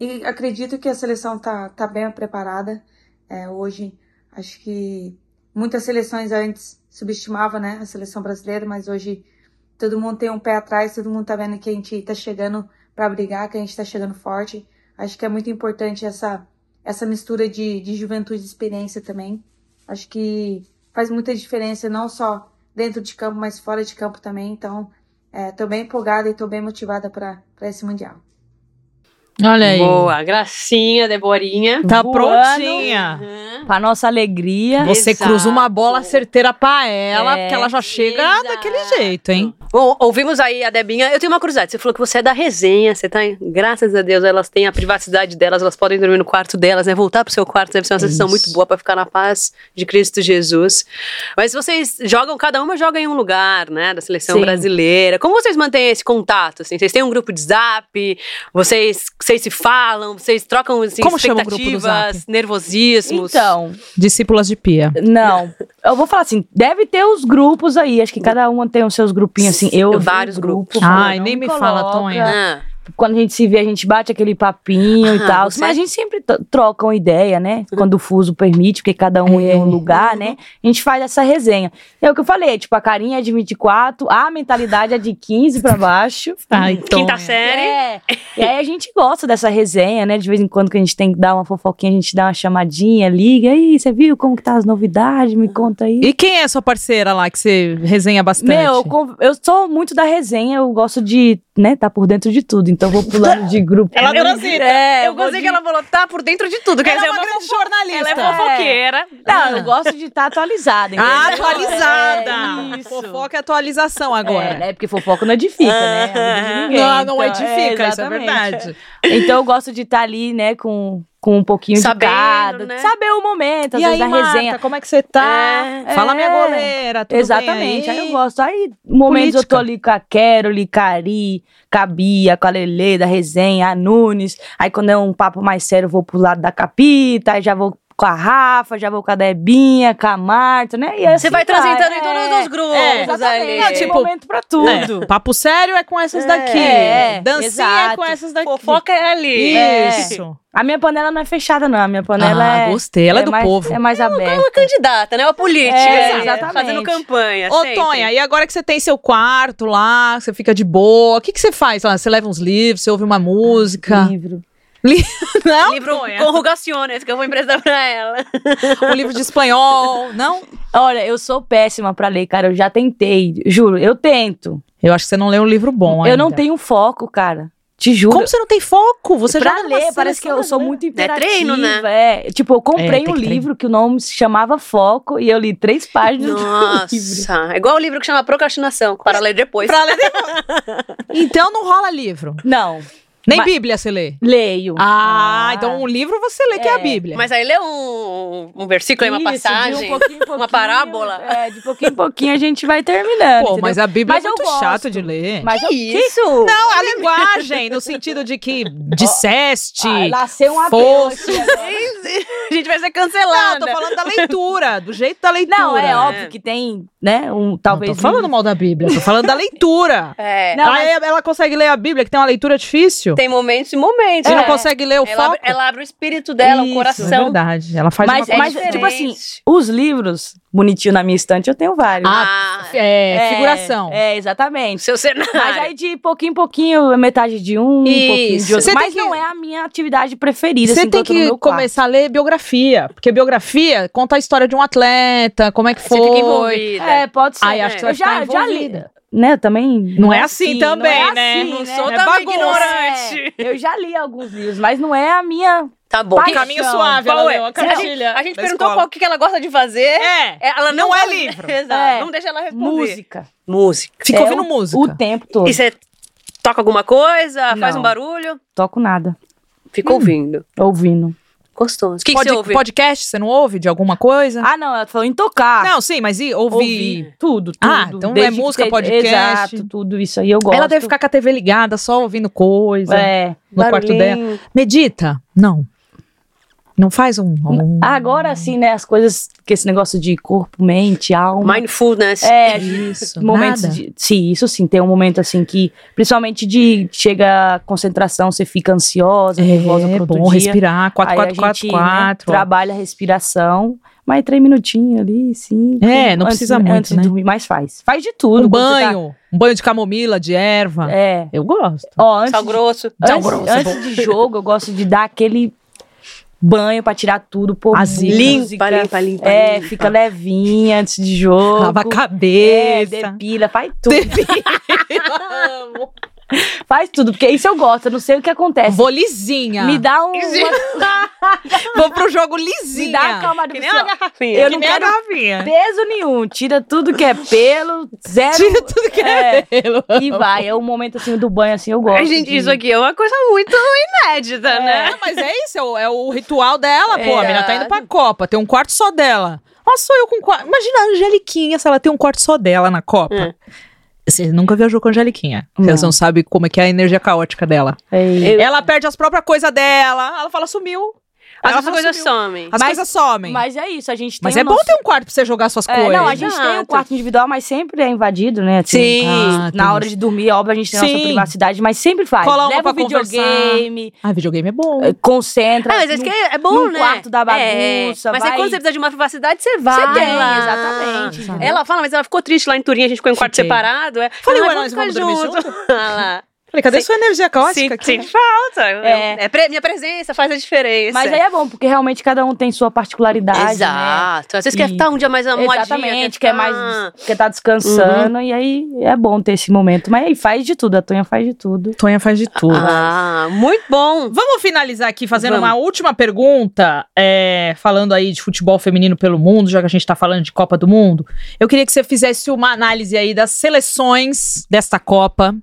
S4: e acredito que a seleção tá, tá bem preparada. É, hoje, acho que muitas seleções antes subestimavam né, a seleção brasileira, mas hoje todo mundo tem um pé atrás, todo mundo tá vendo que a gente tá chegando para brigar, que a gente está chegando forte. Acho que é muito importante essa, essa mistura de, de juventude e experiência também. Acho que faz muita diferença, não só dentro de campo, mas fora de campo também. Então, estou bem empolgada e estou bem motivada para esse Mundial.
S1: Olha aí.
S2: Boa, gracinha, Deborinha.
S1: Tá
S3: Voando.
S1: prontinha.
S2: Uhum.
S3: Pra nossa alegria.
S1: Você
S2: Exato.
S1: cruza uma bola certeira pra ela,
S3: É,
S1: porque ela já chega
S2: exato.
S1: daquele jeito, hein?
S2: Hum. Bom, ouvimos aí a Debinha. Eu tenho uma curiosidade. Você falou que você é da resenha, você tá. em- Graças a Deus, elas têm a privacidade delas, elas podem dormir no quarto delas, né? Voltar pro seu quarto deve ser uma sensação
S1: Isso.
S2: muito boa pra ficar na paz de Cristo Jesus. Mas vocês jogam, cada uma joga em um lugar, né? Da seleção
S3: Sim.
S2: brasileira. Como vocês mantêm esse contato? Assim? Vocês têm um grupo de zap? Vocês, vocês se falam? Vocês trocam assim,
S1: Como chama o grupo do
S2: expectativas, nervosismos?
S3: Então,
S1: Discípulas de pia.
S3: não. Eu vou falar assim, deve ter os grupos aí. Acho que cada uma tem os seus grupinhos, assim. Eu
S2: Vários
S3: vi um grupo,
S2: grupos.
S3: falei,
S1: Ai,
S3: não
S1: nem me fala,
S3: coloca.
S1: Tonha.
S2: Ah.
S3: Quando a gente se vê, a gente bate aquele papinho e
S2: Ah,
S3: tal.
S2: você-
S3: Mas a gente sempre to- troca uma ideia, né? Quando o fuso permite, porque cada um é. em um lugar, né? A gente faz essa resenha. É o que eu falei, tipo, a carinha é de 24, a mentalidade é de 15 pra baixo.
S1: Ai, tá
S2: Quinta
S1: Tonha.
S2: série.
S3: Então, É. E aí a gente gosta dessa resenha, né? De vez em quando que a gente tem que dar uma fofoquinha, a gente dá uma chamadinha, liga. Aí, você viu como que tá as novidades? Me conta aí.
S1: E quem é sua parceira lá que você resenha bastante?
S3: Meu, eu con- eu sou muito da resenha, eu gosto de, né, tá por dentro de tudo. Então eu vou pulando de grupo.
S1: Ela tá? transita.
S3: É,
S2: eu
S3: vou
S2: gostei
S3: de-
S2: que ela falou, tá por dentro de tudo. Quer
S1: Ela
S2: dizer,
S1: é uma
S2: uma
S1: grande
S2: fofo-
S1: jornalista.
S2: Ela é fofoqueira.
S3: Não, eu gosto de estar atualizada, entendeu?
S1: É. Ah, atualizada.
S3: É, isso.
S1: Fofoca e atualização
S3: É,
S1: agora.
S3: né? Porque fofoca não edifica, né? A vida de ninguém,
S1: não, não
S3: então,
S1: edifica, isso é
S3: exatamente.
S1: verdade.
S3: Então eu gosto de estar tá ali, né, com, com um pouquinho
S2: Sabendo,
S3: de cada.
S2: né?
S3: Saber o momento, às
S1: E
S3: vezes
S1: aí,
S3: a
S1: Marta,
S3: resenha.
S1: como é que você tá?
S3: É,
S1: Fala
S3: é.
S1: minha goleira, tudo
S3: Exatamente,
S1: bem
S3: aí? eu gosto. Aí, momentos eu
S1: Política.
S3: tô ali com a Keroli, Cari, Cabia, com a Lele, da resenha, a Nunes. Aí quando é um papo mais sério, eu vou pro lado da Capita, aí já vou com a Rafa, já vou com a Debinha, com a Marta, né? E
S2: Você
S3: assim
S2: vai transitando
S3: é,
S2: em todos os grupos
S1: é,
S2: ali.
S3: Exatamente,
S1: Não,
S3: tem
S1: tipo,
S3: momento pra tudo.
S1: É, papo sério é com essas
S3: É,
S1: daqui.
S3: é,
S1: Dancinha é
S3: exato.
S1: com essas daqui.
S2: Fofoca é ali.
S1: Isso.
S3: A minha panela não é fechada, não. A minha panela
S1: ah,
S3: é.
S1: gostei. Ela é, do
S3: mais,
S1: povo.
S3: É mais aberta.
S2: Uma candidata, né? Uma política.
S3: É,
S2: ali,
S3: exatamente.
S2: Fazendo campanha.
S1: Ô,
S2: sempre.
S1: Tonha, e agora que você tem seu quarto lá, você fica de boa, o que, que você faz? lá? Você leva uns livros, você ouve uma música?
S3: Livro.
S1: Não?
S2: Livro
S1: Tonha?
S2: Conrugaciones, que eu vou emprestar pra ela.
S1: Um livro de espanhol, não?
S3: Olha, eu sou péssima pra ler, cara. Eu já tentei, juro. Eu tento.
S1: Eu acho que você não lê um livro bom
S3: Eu
S1: ainda.
S3: não tenho foco, cara. Te juro.
S1: Como você não tem foco? Você
S3: pra
S1: já
S3: ler, parece que eu sou muito
S2: treino,
S3: imperativa.
S2: né?
S3: É, tipo, eu
S1: É, tem
S3: comprei
S1: que
S3: um
S1: treinar.
S3: livro que o nome se chamava Foco e eu li três páginas do livro.
S2: Nossa. É igual o livro que chama Procrastinação, para ler depois.
S1: Pra ler Então não rola livro.
S3: Não,
S1: Nem
S3: Mas-
S1: Bíblia você lê.
S3: leio.
S1: Ah,
S3: Ah.
S1: então um livro você lê, que é a
S3: É,
S1: Bíblia.
S2: Mas aí lê um, um versículo, aí uma
S3: Isso, de um
S2: passagem.
S3: pouquinho em pouquinho,
S2: parábola.
S3: É, de pouquinho em pouquinho a gente vai terminando.
S1: Pô,
S3: entendeu?
S1: mas a Bíblia
S3: Mas
S1: é
S3: eu
S1: muito
S3: gosto.
S1: chato de ler.
S3: Mas eu-
S2: Que isso?
S1: Não, a linguagem, no sentido de que disseste.
S3: Ah, Nasceu um ateu
S1: Fosse.
S3: aqui agora.
S2: A gente vai ser
S1: Não,
S2: cancelada.
S1: tô falando da leitura, do jeito da leitura.
S3: Não, é
S2: É.
S3: óbvio que tem, né? Um,
S1: Não
S3: talvez.
S1: tô falando mal da Bíblia, tô falando da leitura.
S2: É.
S3: Não,
S1: ela, ela consegue ler a Bíblia, que tem uma leitura difícil.
S2: Tem momentos e momentos.
S1: É. Você
S3: É,
S1: não
S2: né?
S1: consegue ler o
S2: ela,
S1: foco.
S2: abre, ela abre o espírito dela,
S1: Isso,
S2: o
S1: É
S2: coração. É
S1: verdade, ela faz
S3: Mas-
S1: uma
S3: mas,
S1: coisa-
S3: tipo assim,
S2: diferente.
S3: Os livros bonitinho na minha estante, eu tenho vários.
S2: Ah,
S1: É,
S3: É,
S1: figuração.
S3: É, exatamente.
S2: seu cenário.
S3: Mas aí de pouquinho em pouquinho, é metade de um,
S2: Isso.
S3: um pouquinho de outro.
S1: Você tem
S3: Mas
S1: que-
S3: não é a minha atividade preferida.
S1: Você
S3: assim,
S1: tem
S3: eu tô no
S1: que
S3: meu quarto.
S1: começar a ler biografia, porque biografia conta a história de um atleta, como é que
S2: Você
S1: foi.
S2: fica envolvida.
S3: É, pode ser.
S1: Aí acho que você vai
S3: eu já,
S1: ficar
S3: já li.
S1: envolvida.
S3: Né, eu também.
S1: Não é assim também,
S3: não é
S1: né?
S3: assim,
S2: Não
S3: né?
S2: sou
S1: É
S2: tão
S1: bagunça.
S2: ignorante.
S3: Eu já li alguns livros, mas não é a minha.
S2: Tá bom.
S3: Pai,
S2: Que-
S1: Caminho
S3: Paixão.
S1: suave,
S2: Qual
S1: ela
S2: é?
S1: leu a
S2: Se a gente-
S1: cartilha
S2: A gente
S1: da
S2: perguntou
S1: escola.
S2: qual que ela gosta de fazer.
S1: É,
S2: Ela não,
S1: Não é
S2: gosta-
S1: livro.
S2: Exato.
S3: É.
S2: Não deixa ela responder.
S3: Música.
S2: Música.
S1: fica
S3: É
S1: ouvindo
S3: o-
S1: música.
S3: O tempo todo.
S2: E você toca alguma coisa? Faz
S3: Não.
S2: um barulho?
S3: Toco nada.
S2: Fica ouvindo.
S3: Ouvindo.
S2: Gostoso. O que, que
S1: Pod-
S2: você ouve?
S1: Podcast, você não ouve de alguma coisa?
S3: Ah, não, ela falou em tocar.
S1: não, sim, mas e ouvir?
S3: Ouvir. Tudo, tudo.
S1: Ah, então é
S3: Desde que
S1: música,
S3: seja-
S1: podcast.
S3: Exato, tudo isso aí eu gosto.
S1: Ela deve ficar com a TV ligada, só ouvindo coisa
S3: É.
S1: no quarto dela.
S2: Barulhinho.
S1: Medita? Não. Não faz um. um-
S3: Hum. Agora sim, né? As coisas que esse negócio de corpo, mente, alma.
S2: Mindfulness.
S3: É,
S1: Isso.
S3: momentos
S1: nada.
S3: de. Sim, isso sim. Tem um momento assim que, principalmente de chega a concentração, você fica ansiosa, nervosa
S1: É
S3: pro outro
S1: bom
S3: dia.
S1: respirar.
S3: Aí a gente, né,
S1: 4444.
S3: trabalha a respiração, mas três minutinhos ali, cinco.
S1: É, não precisa muito,
S3: antes de
S1: né?
S3: dormir, mas faz. Faz de tudo.
S1: Um
S3: quando você tá-
S1: banho. Um banho de camomila, de erva.
S3: É.
S1: Eu gosto.
S3: Ó, antes,
S2: Sal
S3: de,
S2: grosso.
S1: Sal
S3: antes-
S1: grosso,
S3: antes de jogo, eu gosto de dar aquele banho pra tirar tudo, pô.
S1: A zica.
S2: Limpa, Ah, limpa, limpa.
S3: É,
S2: limpa.
S3: fica levinha antes de jogo.
S1: Lava a
S3: É,
S1: cabeça.
S3: depila, faz tudo. Faz tudo, porque isso eu gosto, eu não sei o que acontece.
S1: Vou lisinha.
S3: É, Me dá um.
S1: Vou pro jogo
S3: me
S1: lisinha.
S3: dá a calma do
S2: Ah, Que nem uma garrafinha.
S3: Eu
S1: Que
S3: não
S1: nem a
S3: quero-
S1: garrafinha.
S3: Peso nenhum, tira tudo que é pelo, zero.
S1: Tira tudo que é,
S3: É.
S1: pelo.
S3: E vai, é o momento assim do banho, assim eu gosto.
S2: Ai, gente,
S3: de-
S2: isso aqui é uma coisa muito inédita, né?
S1: É, mas é isso, é o, é o ritual dela, pô. A
S2: É.
S1: menina tá indo pra Copa, tem um quarto só dela. Nossa, sou eu com quarto. Imagina a Angeliquinha se ela tem um quarto só dela na Copa. Você nunca viajou com a Angeliquinha. Você
S3: Hum. Não.
S1: não sabe como é que é a energia caótica dela.
S3: É.
S1: Ela perde as próprias coisas dela. Ela fala, sumiu.
S2: As
S1: Ela
S2: outras
S1: fala,
S2: coisas
S1: sumiu.
S2: somem.
S1: As
S3: Mas-
S1: coisas somem. Mas,
S3: Mas é isso, a gente tem. o
S1: é bom
S3: nosso-
S1: ter um quarto pra você jogar suas
S3: É,
S1: coisas.
S3: não, a gente tem o
S2: Exato.
S3: quarto individual, mas sempre é invadido, né? assim,
S2: Sim.
S1: Ah, tem
S3: na hora
S1: isso.
S3: de dormir, óbvio, a gente tem a
S1: Sim.
S3: nossa privacidade, mas sempre faz.
S1: Cola uma
S3: Leva
S1: pra
S3: o videogame,
S1: Ah, videogame é bom.
S3: eh, concentra. assim.
S2: Ah, mas isso que
S3: não-
S2: é é bom,
S3: num
S2: né?
S3: quarto da bagunça,
S2: Mas aí
S3: vai-
S2: quando você precisa de uma privacidade, você vai.
S3: Você tem,
S2: lá.
S3: exatamente. entendeu?
S2: Ela fala, mas ela ficou triste lá em Turim, a gente ficou em quarto
S1: Fiquei.
S2: separado. É.
S1: Falei,
S2: Ah,
S1: ué, nós vamos dormir
S2: Olha
S1: Falei, cadê
S2: Sim.
S1: sua energia
S2: lá.
S1: caótica?
S2: Sim,
S1: aqui?
S2: sente falta. É.
S3: É.
S2: pre- minha presença faz a diferença.
S3: Mas aí é bom, porque realmente cada um tem sua particularidade. né?
S2: Exato. Às vezes
S3: E-
S2: quer estar um dia ah. mais amuadinha.
S3: Exatamente, quer mais,
S2: ficar-
S3: quer tá descansando,
S1: Uhum.
S3: e aí é bom ter esse momento. Mas aí faz de tudo, a Tonha faz de tudo.
S1: Tonha faz de tudo.
S2: Ah, muito bom.
S1: Vamos finalizar aqui fazendo
S2: Vamos.
S1: uma última pergunta, é, falando aí de futebol feminino pelo mundo, já que a gente tá falando de Copa do Mundo. Eu queria que você fizesse uma análise aí das seleções desta Copa.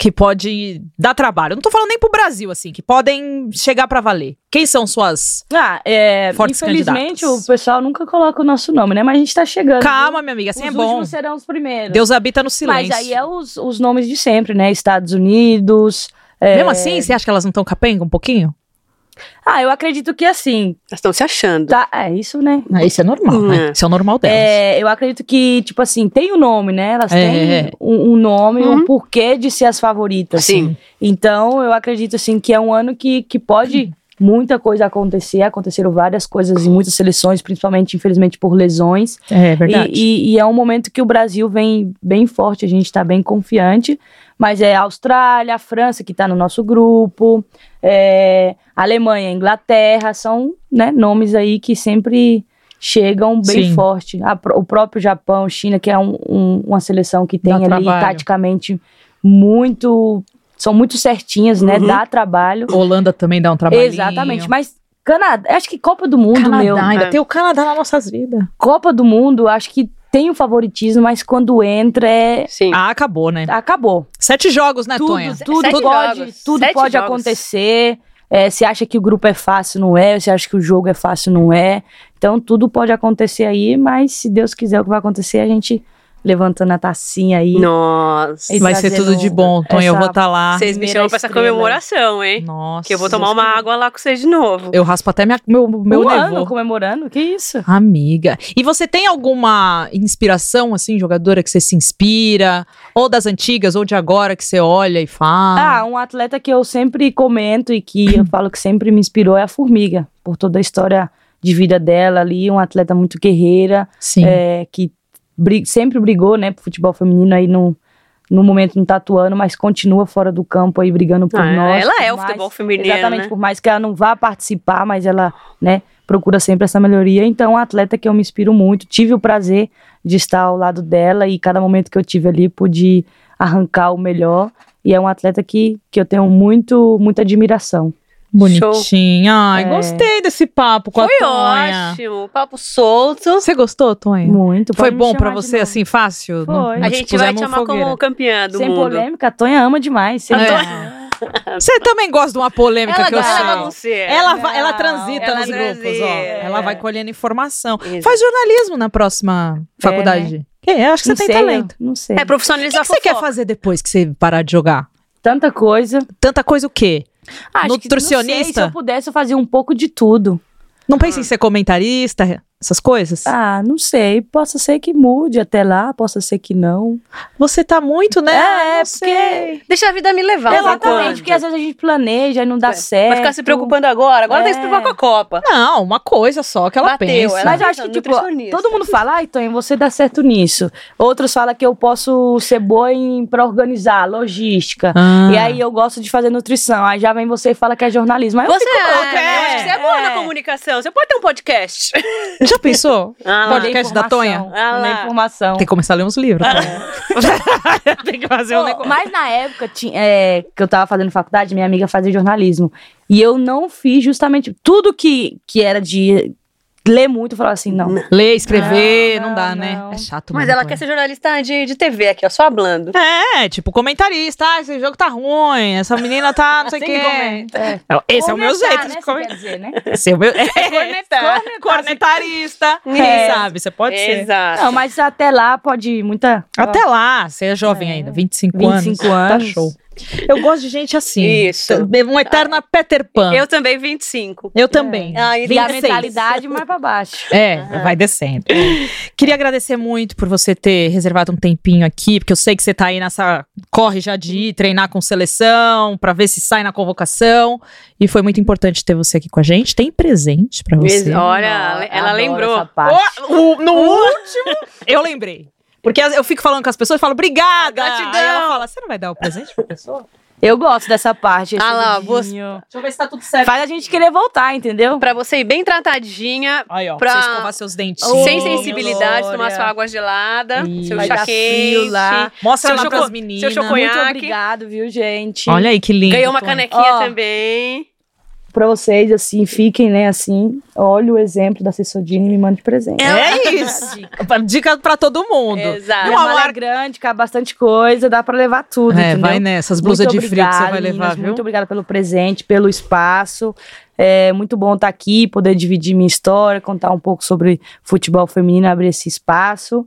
S1: que pode dar trabalho? Eu não tô falando nem pro Brasil, assim, que podem chegar pra valer. Quem são suas.
S3: Ah, é,
S1: Fortes
S3: infelizmente
S1: candidatas.
S3: o pessoal nunca coloca o nosso nome, né? Mas a gente tá chegando.
S1: Calma, minha amiga, assim
S3: viu?
S1: é
S3: os
S1: bom.
S3: últimos serão os primeiros.
S1: Deus habita no silêncio.
S3: Mas aí é os, os nomes de sempre, né? Estados Unidos. é-
S1: Mesmo assim, você acha que elas não estão capenga um pouquinho?
S3: Ah, eu acredito que assim.
S2: Elas estão se achando.
S3: Tá, é isso, né?
S1: Isso é normal,
S2: né?
S1: Isso é o normal delas.
S3: É, eu acredito que, tipo assim, tem o nome, né? Elas
S1: É.
S3: têm um, um nome,
S2: Uhum.
S3: um porquê de ser as favoritas.
S2: Sim.
S3: Então, eu acredito, assim, que é um ano que, que pode muita coisa acontecer. Aconteceram várias coisas em muitas seleções, principalmente, infelizmente, por lesões.
S1: É
S3: E- E, e é um momento que o Brasil vem bem forte, a gente está bem confiante. Mas é a Austrália, a França, que está no nosso grupo, é, a Alemanha, a Inglaterra, são né, nomes aí que sempre chegam bem
S1: Sim.
S3: forte. A pró- o próprio Japão, China, que é um- um- uma seleção que tem
S1: Dá
S3: ali
S1: trabalho.
S3: taticamente muito. São muito certinhas, né?
S2: Uhum.
S3: Dá trabalho.
S1: Holanda também dá um trabalho.
S3: Exatamente. Mas Canadá, acho que Copa Um do Mundo,
S1: Canadá,
S3: meu.
S1: ainda
S2: É.
S1: tem o Canadá nas nossas vidas.
S3: Copa do Mundo, acho que tem o favoritismo, mas quando entra é.
S2: Sim.
S1: Ah, acabou, né?
S3: Acabou.
S1: Sete jogos, né,
S3: Tudo,
S1: Tonha?
S3: tudo
S2: É, Sete
S3: pode,
S2: jogos.
S3: tudo
S2: Sete
S3: pode
S2: jogos.
S3: acontecer. É, você acha que o grupo é fácil, não é? Você acha que o jogo é fácil, não é? Então tudo pode acontecer aí, mas se Deus quiser o que vai acontecer, a gente levantando a tacinha aí.
S2: Nossa.
S3: Esse-
S1: Vai ser tudo de bom, Tonha. Eu
S3: essa-
S1: vou estar lá.
S2: Vocês me
S3: primeira
S2: chamam pra essa
S3: estrela.
S2: comemoração, hein?
S1: Nossa.
S2: Que eu vou tomar uma água lá com vocês de novo.
S1: Eu raspo até minha, meu, meu
S3: um
S1: nervo.
S3: ano comemorando, que isso?
S1: Amiga. E você tem alguma inspiração, assim, jogadora que você se inspira? Ou das antigas, ou de agora, que você olha e fala?
S3: Ah, um atleta que eu sempre comento e que eu falo que sempre me inspirou é a Formiga, por toda a história de vida dela ali, um atleta muito guerreira,
S1: sim.
S3: é, que bri- sempre brigou, né, pro futebol feminino aí no, no momento não tá atuando, mas continua fora do campo aí brigando por
S2: Ah,
S3: nós.
S2: ela
S3: por
S2: é o
S3: mais-
S2: futebol feminino,
S3: Exatamente,
S2: né?
S3: por mais que ela não vá participar, mas ela, né, procura sempre essa melhoria. Então, é um atleta que eu me inspiro muito, tive o prazer de estar ao lado dela e cada momento que eu tive ali pude arrancar o melhor. E é um atleta que, que eu tenho muito, muita admiração.
S1: Bonitinha. Ai,
S3: É.
S1: gostei desse papo com
S2: Foi
S1: a Tonha.
S2: ótimo. Papo solto.
S1: Você gostou, Tonha?
S3: Muito.
S1: É. Foi
S3: pode me
S1: bom pra
S3: chamar de
S1: você,
S3: novo.
S1: assim, fácil?
S3: Foi.
S1: Não- não
S2: A
S1: te
S2: gente vai
S1: puseram
S2: te
S1: numa
S2: chamar como
S1: fogueira.
S2: campeã do
S3: Sem
S2: mundo.
S3: polêmica, a Tonha ama demais. Sem
S1: É. Você também gosta de uma polêmica
S2: Ela,
S1: que eu
S2: ela é
S1: sei.
S2: bagunceira.
S1: Ela, va- ela
S3: Não,
S1: transita
S2: ela
S1: nos grupos, ó.
S2: transita.
S1: Ela vai colhendo informação.
S2: Exato.
S1: Faz jornalismo na próxima faculdade. É, eu acho que
S3: Não
S1: você
S3: sei,
S1: tem talento.
S3: Não sei.
S2: É
S1: O que,
S2: profissionalizar
S1: que você quer
S2: fofoca.
S1: fazer depois que você parar de jogar?
S3: Tanta coisa.
S1: Tanta coisa o quê?
S3: Ah, Acho que-
S1: Nutricionista?
S3: não sei, se eu pudesse, eu fazia um pouco de tudo.
S1: Não pense em ser comentarista, essas coisas?
S3: Ah, não sei. Possa ser que mude até lá, possa ser que não.
S1: Você tá muito, né?
S3: É,
S1: Ah, não
S3: é,
S1: sei.
S2: Deixa a vida me levar.
S1: Ela
S2: sabe quando? É,
S3: Exatamente, porque às vezes a gente planeja e não dá certo.
S2: Vai ficar se preocupando agora. Agora tem que se
S3: É.
S2: preocupar com a Copa.
S1: Não, uma coisa só que ela
S2: Bateu,
S1: pensa.
S2: ela-
S3: Mas eu acho que, tipo,
S2: Nutricionista.
S3: todo mundo fala, ai, Tonho, você dá certo nisso. Outros falam que eu posso ser boa em, pra organizar, logística.
S1: Ah.
S3: E aí eu gosto de fazer nutrição. Aí já vem você e fala que é jornalismo. Aí eu
S2: Você é,
S1: louca,
S2: né?
S1: é.
S2: Eu acho que você é boa na comunicação. Você pode ter um podcast.
S1: Já pensou?
S2: Ah, lá.
S1: Pode- podcast da Tonha?
S2: Ah lá.
S3: Mandei informação.
S1: Tem que começar a ler uns livros. tá? Tem que fazer um
S3: Pô,
S1: negócio.
S3: Mas na época ti- é, que eu tava fazendo faculdade, minha amiga fazia jornalismo. E eu não fiz justamente tudo que, que era de ler muito, eu falava assim, não.
S1: Ler, escrever, não,
S3: Não,
S1: dá,
S3: não,
S1: né?
S3: não.
S1: É chato
S2: Ah, Mas
S1: mesmo,
S2: ela
S1: Tonha.
S2: quer ser jornalista de, de TV aqui, ó. Só hablando.
S1: É, tipo, comentarista. Ah, esse jogo tá ruim. Essa menina tá não sei o
S2: Assim que
S1: quê.
S2: comenta.
S3: É.
S1: Ela, Esse é o meu
S3: Cornetar,
S1: jeito
S3: né,
S1: de
S3: você
S1: comentar.
S3: quer dizer, né?
S1: Esse é o meu.
S2: Cornetar.
S1: Cornetarista. Quem
S2: É.
S1: sabe? Você pode ser.
S2: Exato.
S3: Não, mas até lá pode ir muita...
S1: Até lá, você é jovem
S3: É.
S1: ainda, 25,
S3: 25
S1: anos.
S3: anos.
S1: Tá show. Eu gosto de gente assim.
S2: Isso. Ah,
S1: Um eterna Peter Pan. Eu,
S2: Eu também, 25.
S1: também.
S2: Ah, e
S3: E a
S1: 26.
S3: mentalidade mais pra baixo.
S1: É, vai descendo. Queria agradecer muito por você ter reservado um tempinho aqui, porque eu sei que você tá aí nessa corre já de ir treinar com seleção, pra ver se sai na convocação. E foi muito importante ter você aqui com a gente. Tem presente pra você.
S2: Olha,
S3: Nossa,
S2: ela
S3: adoro
S2: lembrou.
S3: essa parte.
S1: Ó, o- no último, eu lembrei. Porque as- eu fico falando com as pessoas e falo, obrigada.
S2: Gratidão.
S1: Aí ela fala, você não vai dar o presente pra pessoa?
S3: Eu gosto dessa parte. esse
S2: Ah lá,
S3: vidinho.
S1: Deixa eu ver se tá tudo certo.
S3: Faz a gente querer voltar, entendeu?
S2: Pra você ir bem tratadinha,
S1: Aí, ó, pra
S2: Pra-
S1: você escovar seus dentinhos.
S3: Oh,
S2: sem sensibilidade,
S3: Glória.
S2: tomar sua água gelada,
S1: Ih,
S2: seu
S1: vai
S2: chá
S1: dar
S2: quente.
S3: frio lá.
S1: Mostra
S2: Seu
S1: lá
S2: choco-
S1: pras
S2: seu
S1: meninas.
S2: choco-
S3: Muito
S2: Conhaque.
S3: obrigado, viu, gente?
S1: Olha aí que lindo.
S2: Ganhou uma
S1: Tony.
S2: canequinha
S3: Ó.
S2: também.
S3: pra vocês, assim, fiquem, né, assim. Olha o exemplo da Cessodini e me manda de presente.
S1: É isso. Dica pra todo mundo.
S2: Exato.
S3: A
S1: uma
S3: mala
S1: marca-
S3: é grande, cabe bastante coisa, dá pra levar tudo,
S1: É,
S3: entendeu?
S1: vai nessas blusas
S3: Muito
S1: de frio que você
S3: obrigada,
S1: vai levar,
S3: meninas,
S1: viu?
S3: Muito obrigada pelo presente, pelo espaço. É muito bom estar aqui, poder dividir minha história, contar um pouco sobre futebol feminino, abrir esse espaço.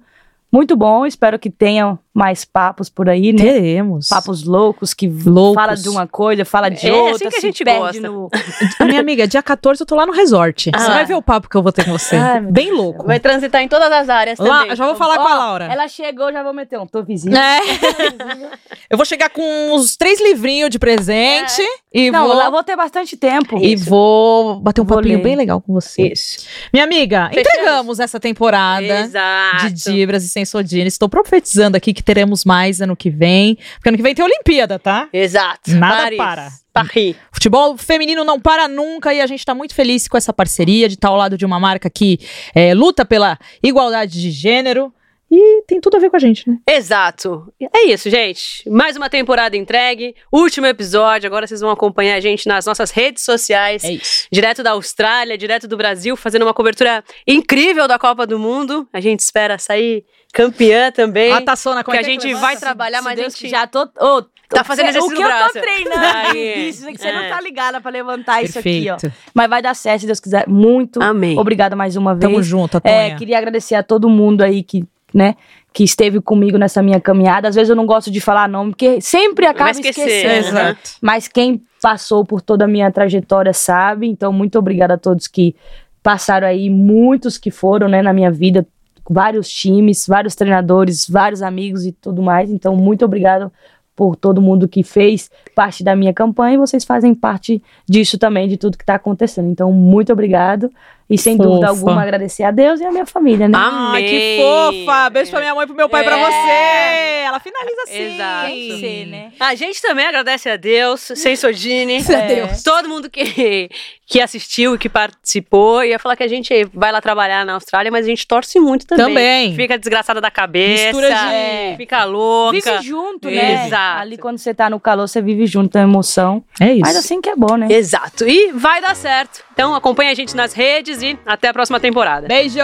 S3: Muito bom, espero que tenham mais papos por aí, né?
S1: Teremos.
S3: Papos loucos que
S1: Loucos.
S3: fala de um uma coisa, fala de
S2: É,
S3: outra,
S2: assim que a
S3: se
S2: gente
S3: perde
S2: gosta.
S3: no
S1: A minha amiga, dia 14 eu tô lá no resort.
S2: Ah.
S1: Você vai ver o papo que eu vou ter com você.
S3: Ai, meu
S1: Bem louco.
S2: Vai transitar em todas as áreas
S1: Lá-
S2: também.
S1: já vou falar com a
S3: Ó,
S1: Laura.
S3: Ela chegou, já vou meter um tô vizinha.
S1: É. Eu vou chegar com uns três livrinhos de presente e
S3: É. Não,
S1: vou.
S3: lá eu vou ter bastante tempo.
S1: E vou bater um
S3: Vou
S1: papinho
S3: ler.
S1: bem legal com você.
S2: Isso.
S1: Minha amiga,
S2: Fechamos?
S1: entregamos essa temporada
S2: Exato.
S1: de Dibras e Sensodina. Estou profetizando aqui que teremos mais ano que vem. Porque ano que vem tem Olimpíada, tá?
S2: Exato.
S1: Nada
S2: Paris.
S1: para.
S2: Paris.
S1: Futebol feminino não para nunca e a gente está muito feliz com essa parceria de estar ao lado de uma marca que eh, luta pela igualdade de gênero. E tem tudo a ver com a gente, né?
S2: Exato. É isso, gente. Mais uma temporada entregue. Último episódio. Agora vocês vão acompanhar a gente nas nossas redes sociais.
S1: É isso.
S2: Direto da Austrália, direto do Brasil, fazendo uma cobertura incrível da Copa do Mundo. A gente espera sair campeã também.
S1: A Tassona, como
S2: que
S1: é
S2: a gente vai trabalhar,
S3: Se
S2: mas a
S3: Deus
S2: gente
S3: já tô. ô,
S2: Tá fazendo
S3: o
S2: exercício
S3: que
S2: no braço.
S3: eu tô treinando,
S2: Aí,
S3: bicho, é que você
S2: é.
S3: não tá ligada pra levantar isso
S1: Perfeito.
S3: aqui, ó. Mas vai dar certo, se Deus quiser. Muito
S2: Amém.
S3: obrigada mais uma vez.
S1: Tamo junto, Antônia.
S3: É, queria agradecer a todo mundo aí que, né, que esteve comigo nessa minha caminhada. Às vezes eu não gosto de falar nome, porque sempre
S2: Vai
S3: acaba
S2: esquecer,
S1: É.
S3: esquecendo.
S2: né?
S1: Exato.
S3: Mas quem passou por toda a minha trajetória sabe. Então, muito obrigada a todos que passaram aí, muitos que foram, né, na minha vida, vários times, vários treinadores, vários amigos e tudo mais. Então, muito obrigada por todo mundo que fez parte da minha campanha e vocês fazem parte disso também, de tudo que está acontecendo. Então, muito obrigado e sem
S1: Fofa.
S3: dúvida alguma agradecer a Deus e a minha família, né?
S2: Ah,
S1: Ai, que
S2: Amém.
S1: fofa! Beijo pra minha mãe e pro meu pai e pra
S2: É.
S1: você! Ela finaliza assim.
S2: Exato.
S3: Tem que ser, né?
S2: A gente também agradece a Deus, sem Sodini.
S1: a Deus.
S2: Todo mundo que, que assistiu e que participou. Ia falar que a gente vai lá trabalhar na Austrália, mas a gente torce muito também.
S1: Também.
S2: Fica desgraçada da cabeça.
S1: Mistura de-
S3: É.
S2: Fica louca.
S3: Vive junto, né?
S2: Exato.
S3: Ali quando você tá no calor, você vive junto, a emoção.
S1: É isso.
S3: Mas assim que é bom, né?
S2: Exato. E vai dar certo. Então acompanha a gente nas redes e até a próxima temporada.
S1: Beijo!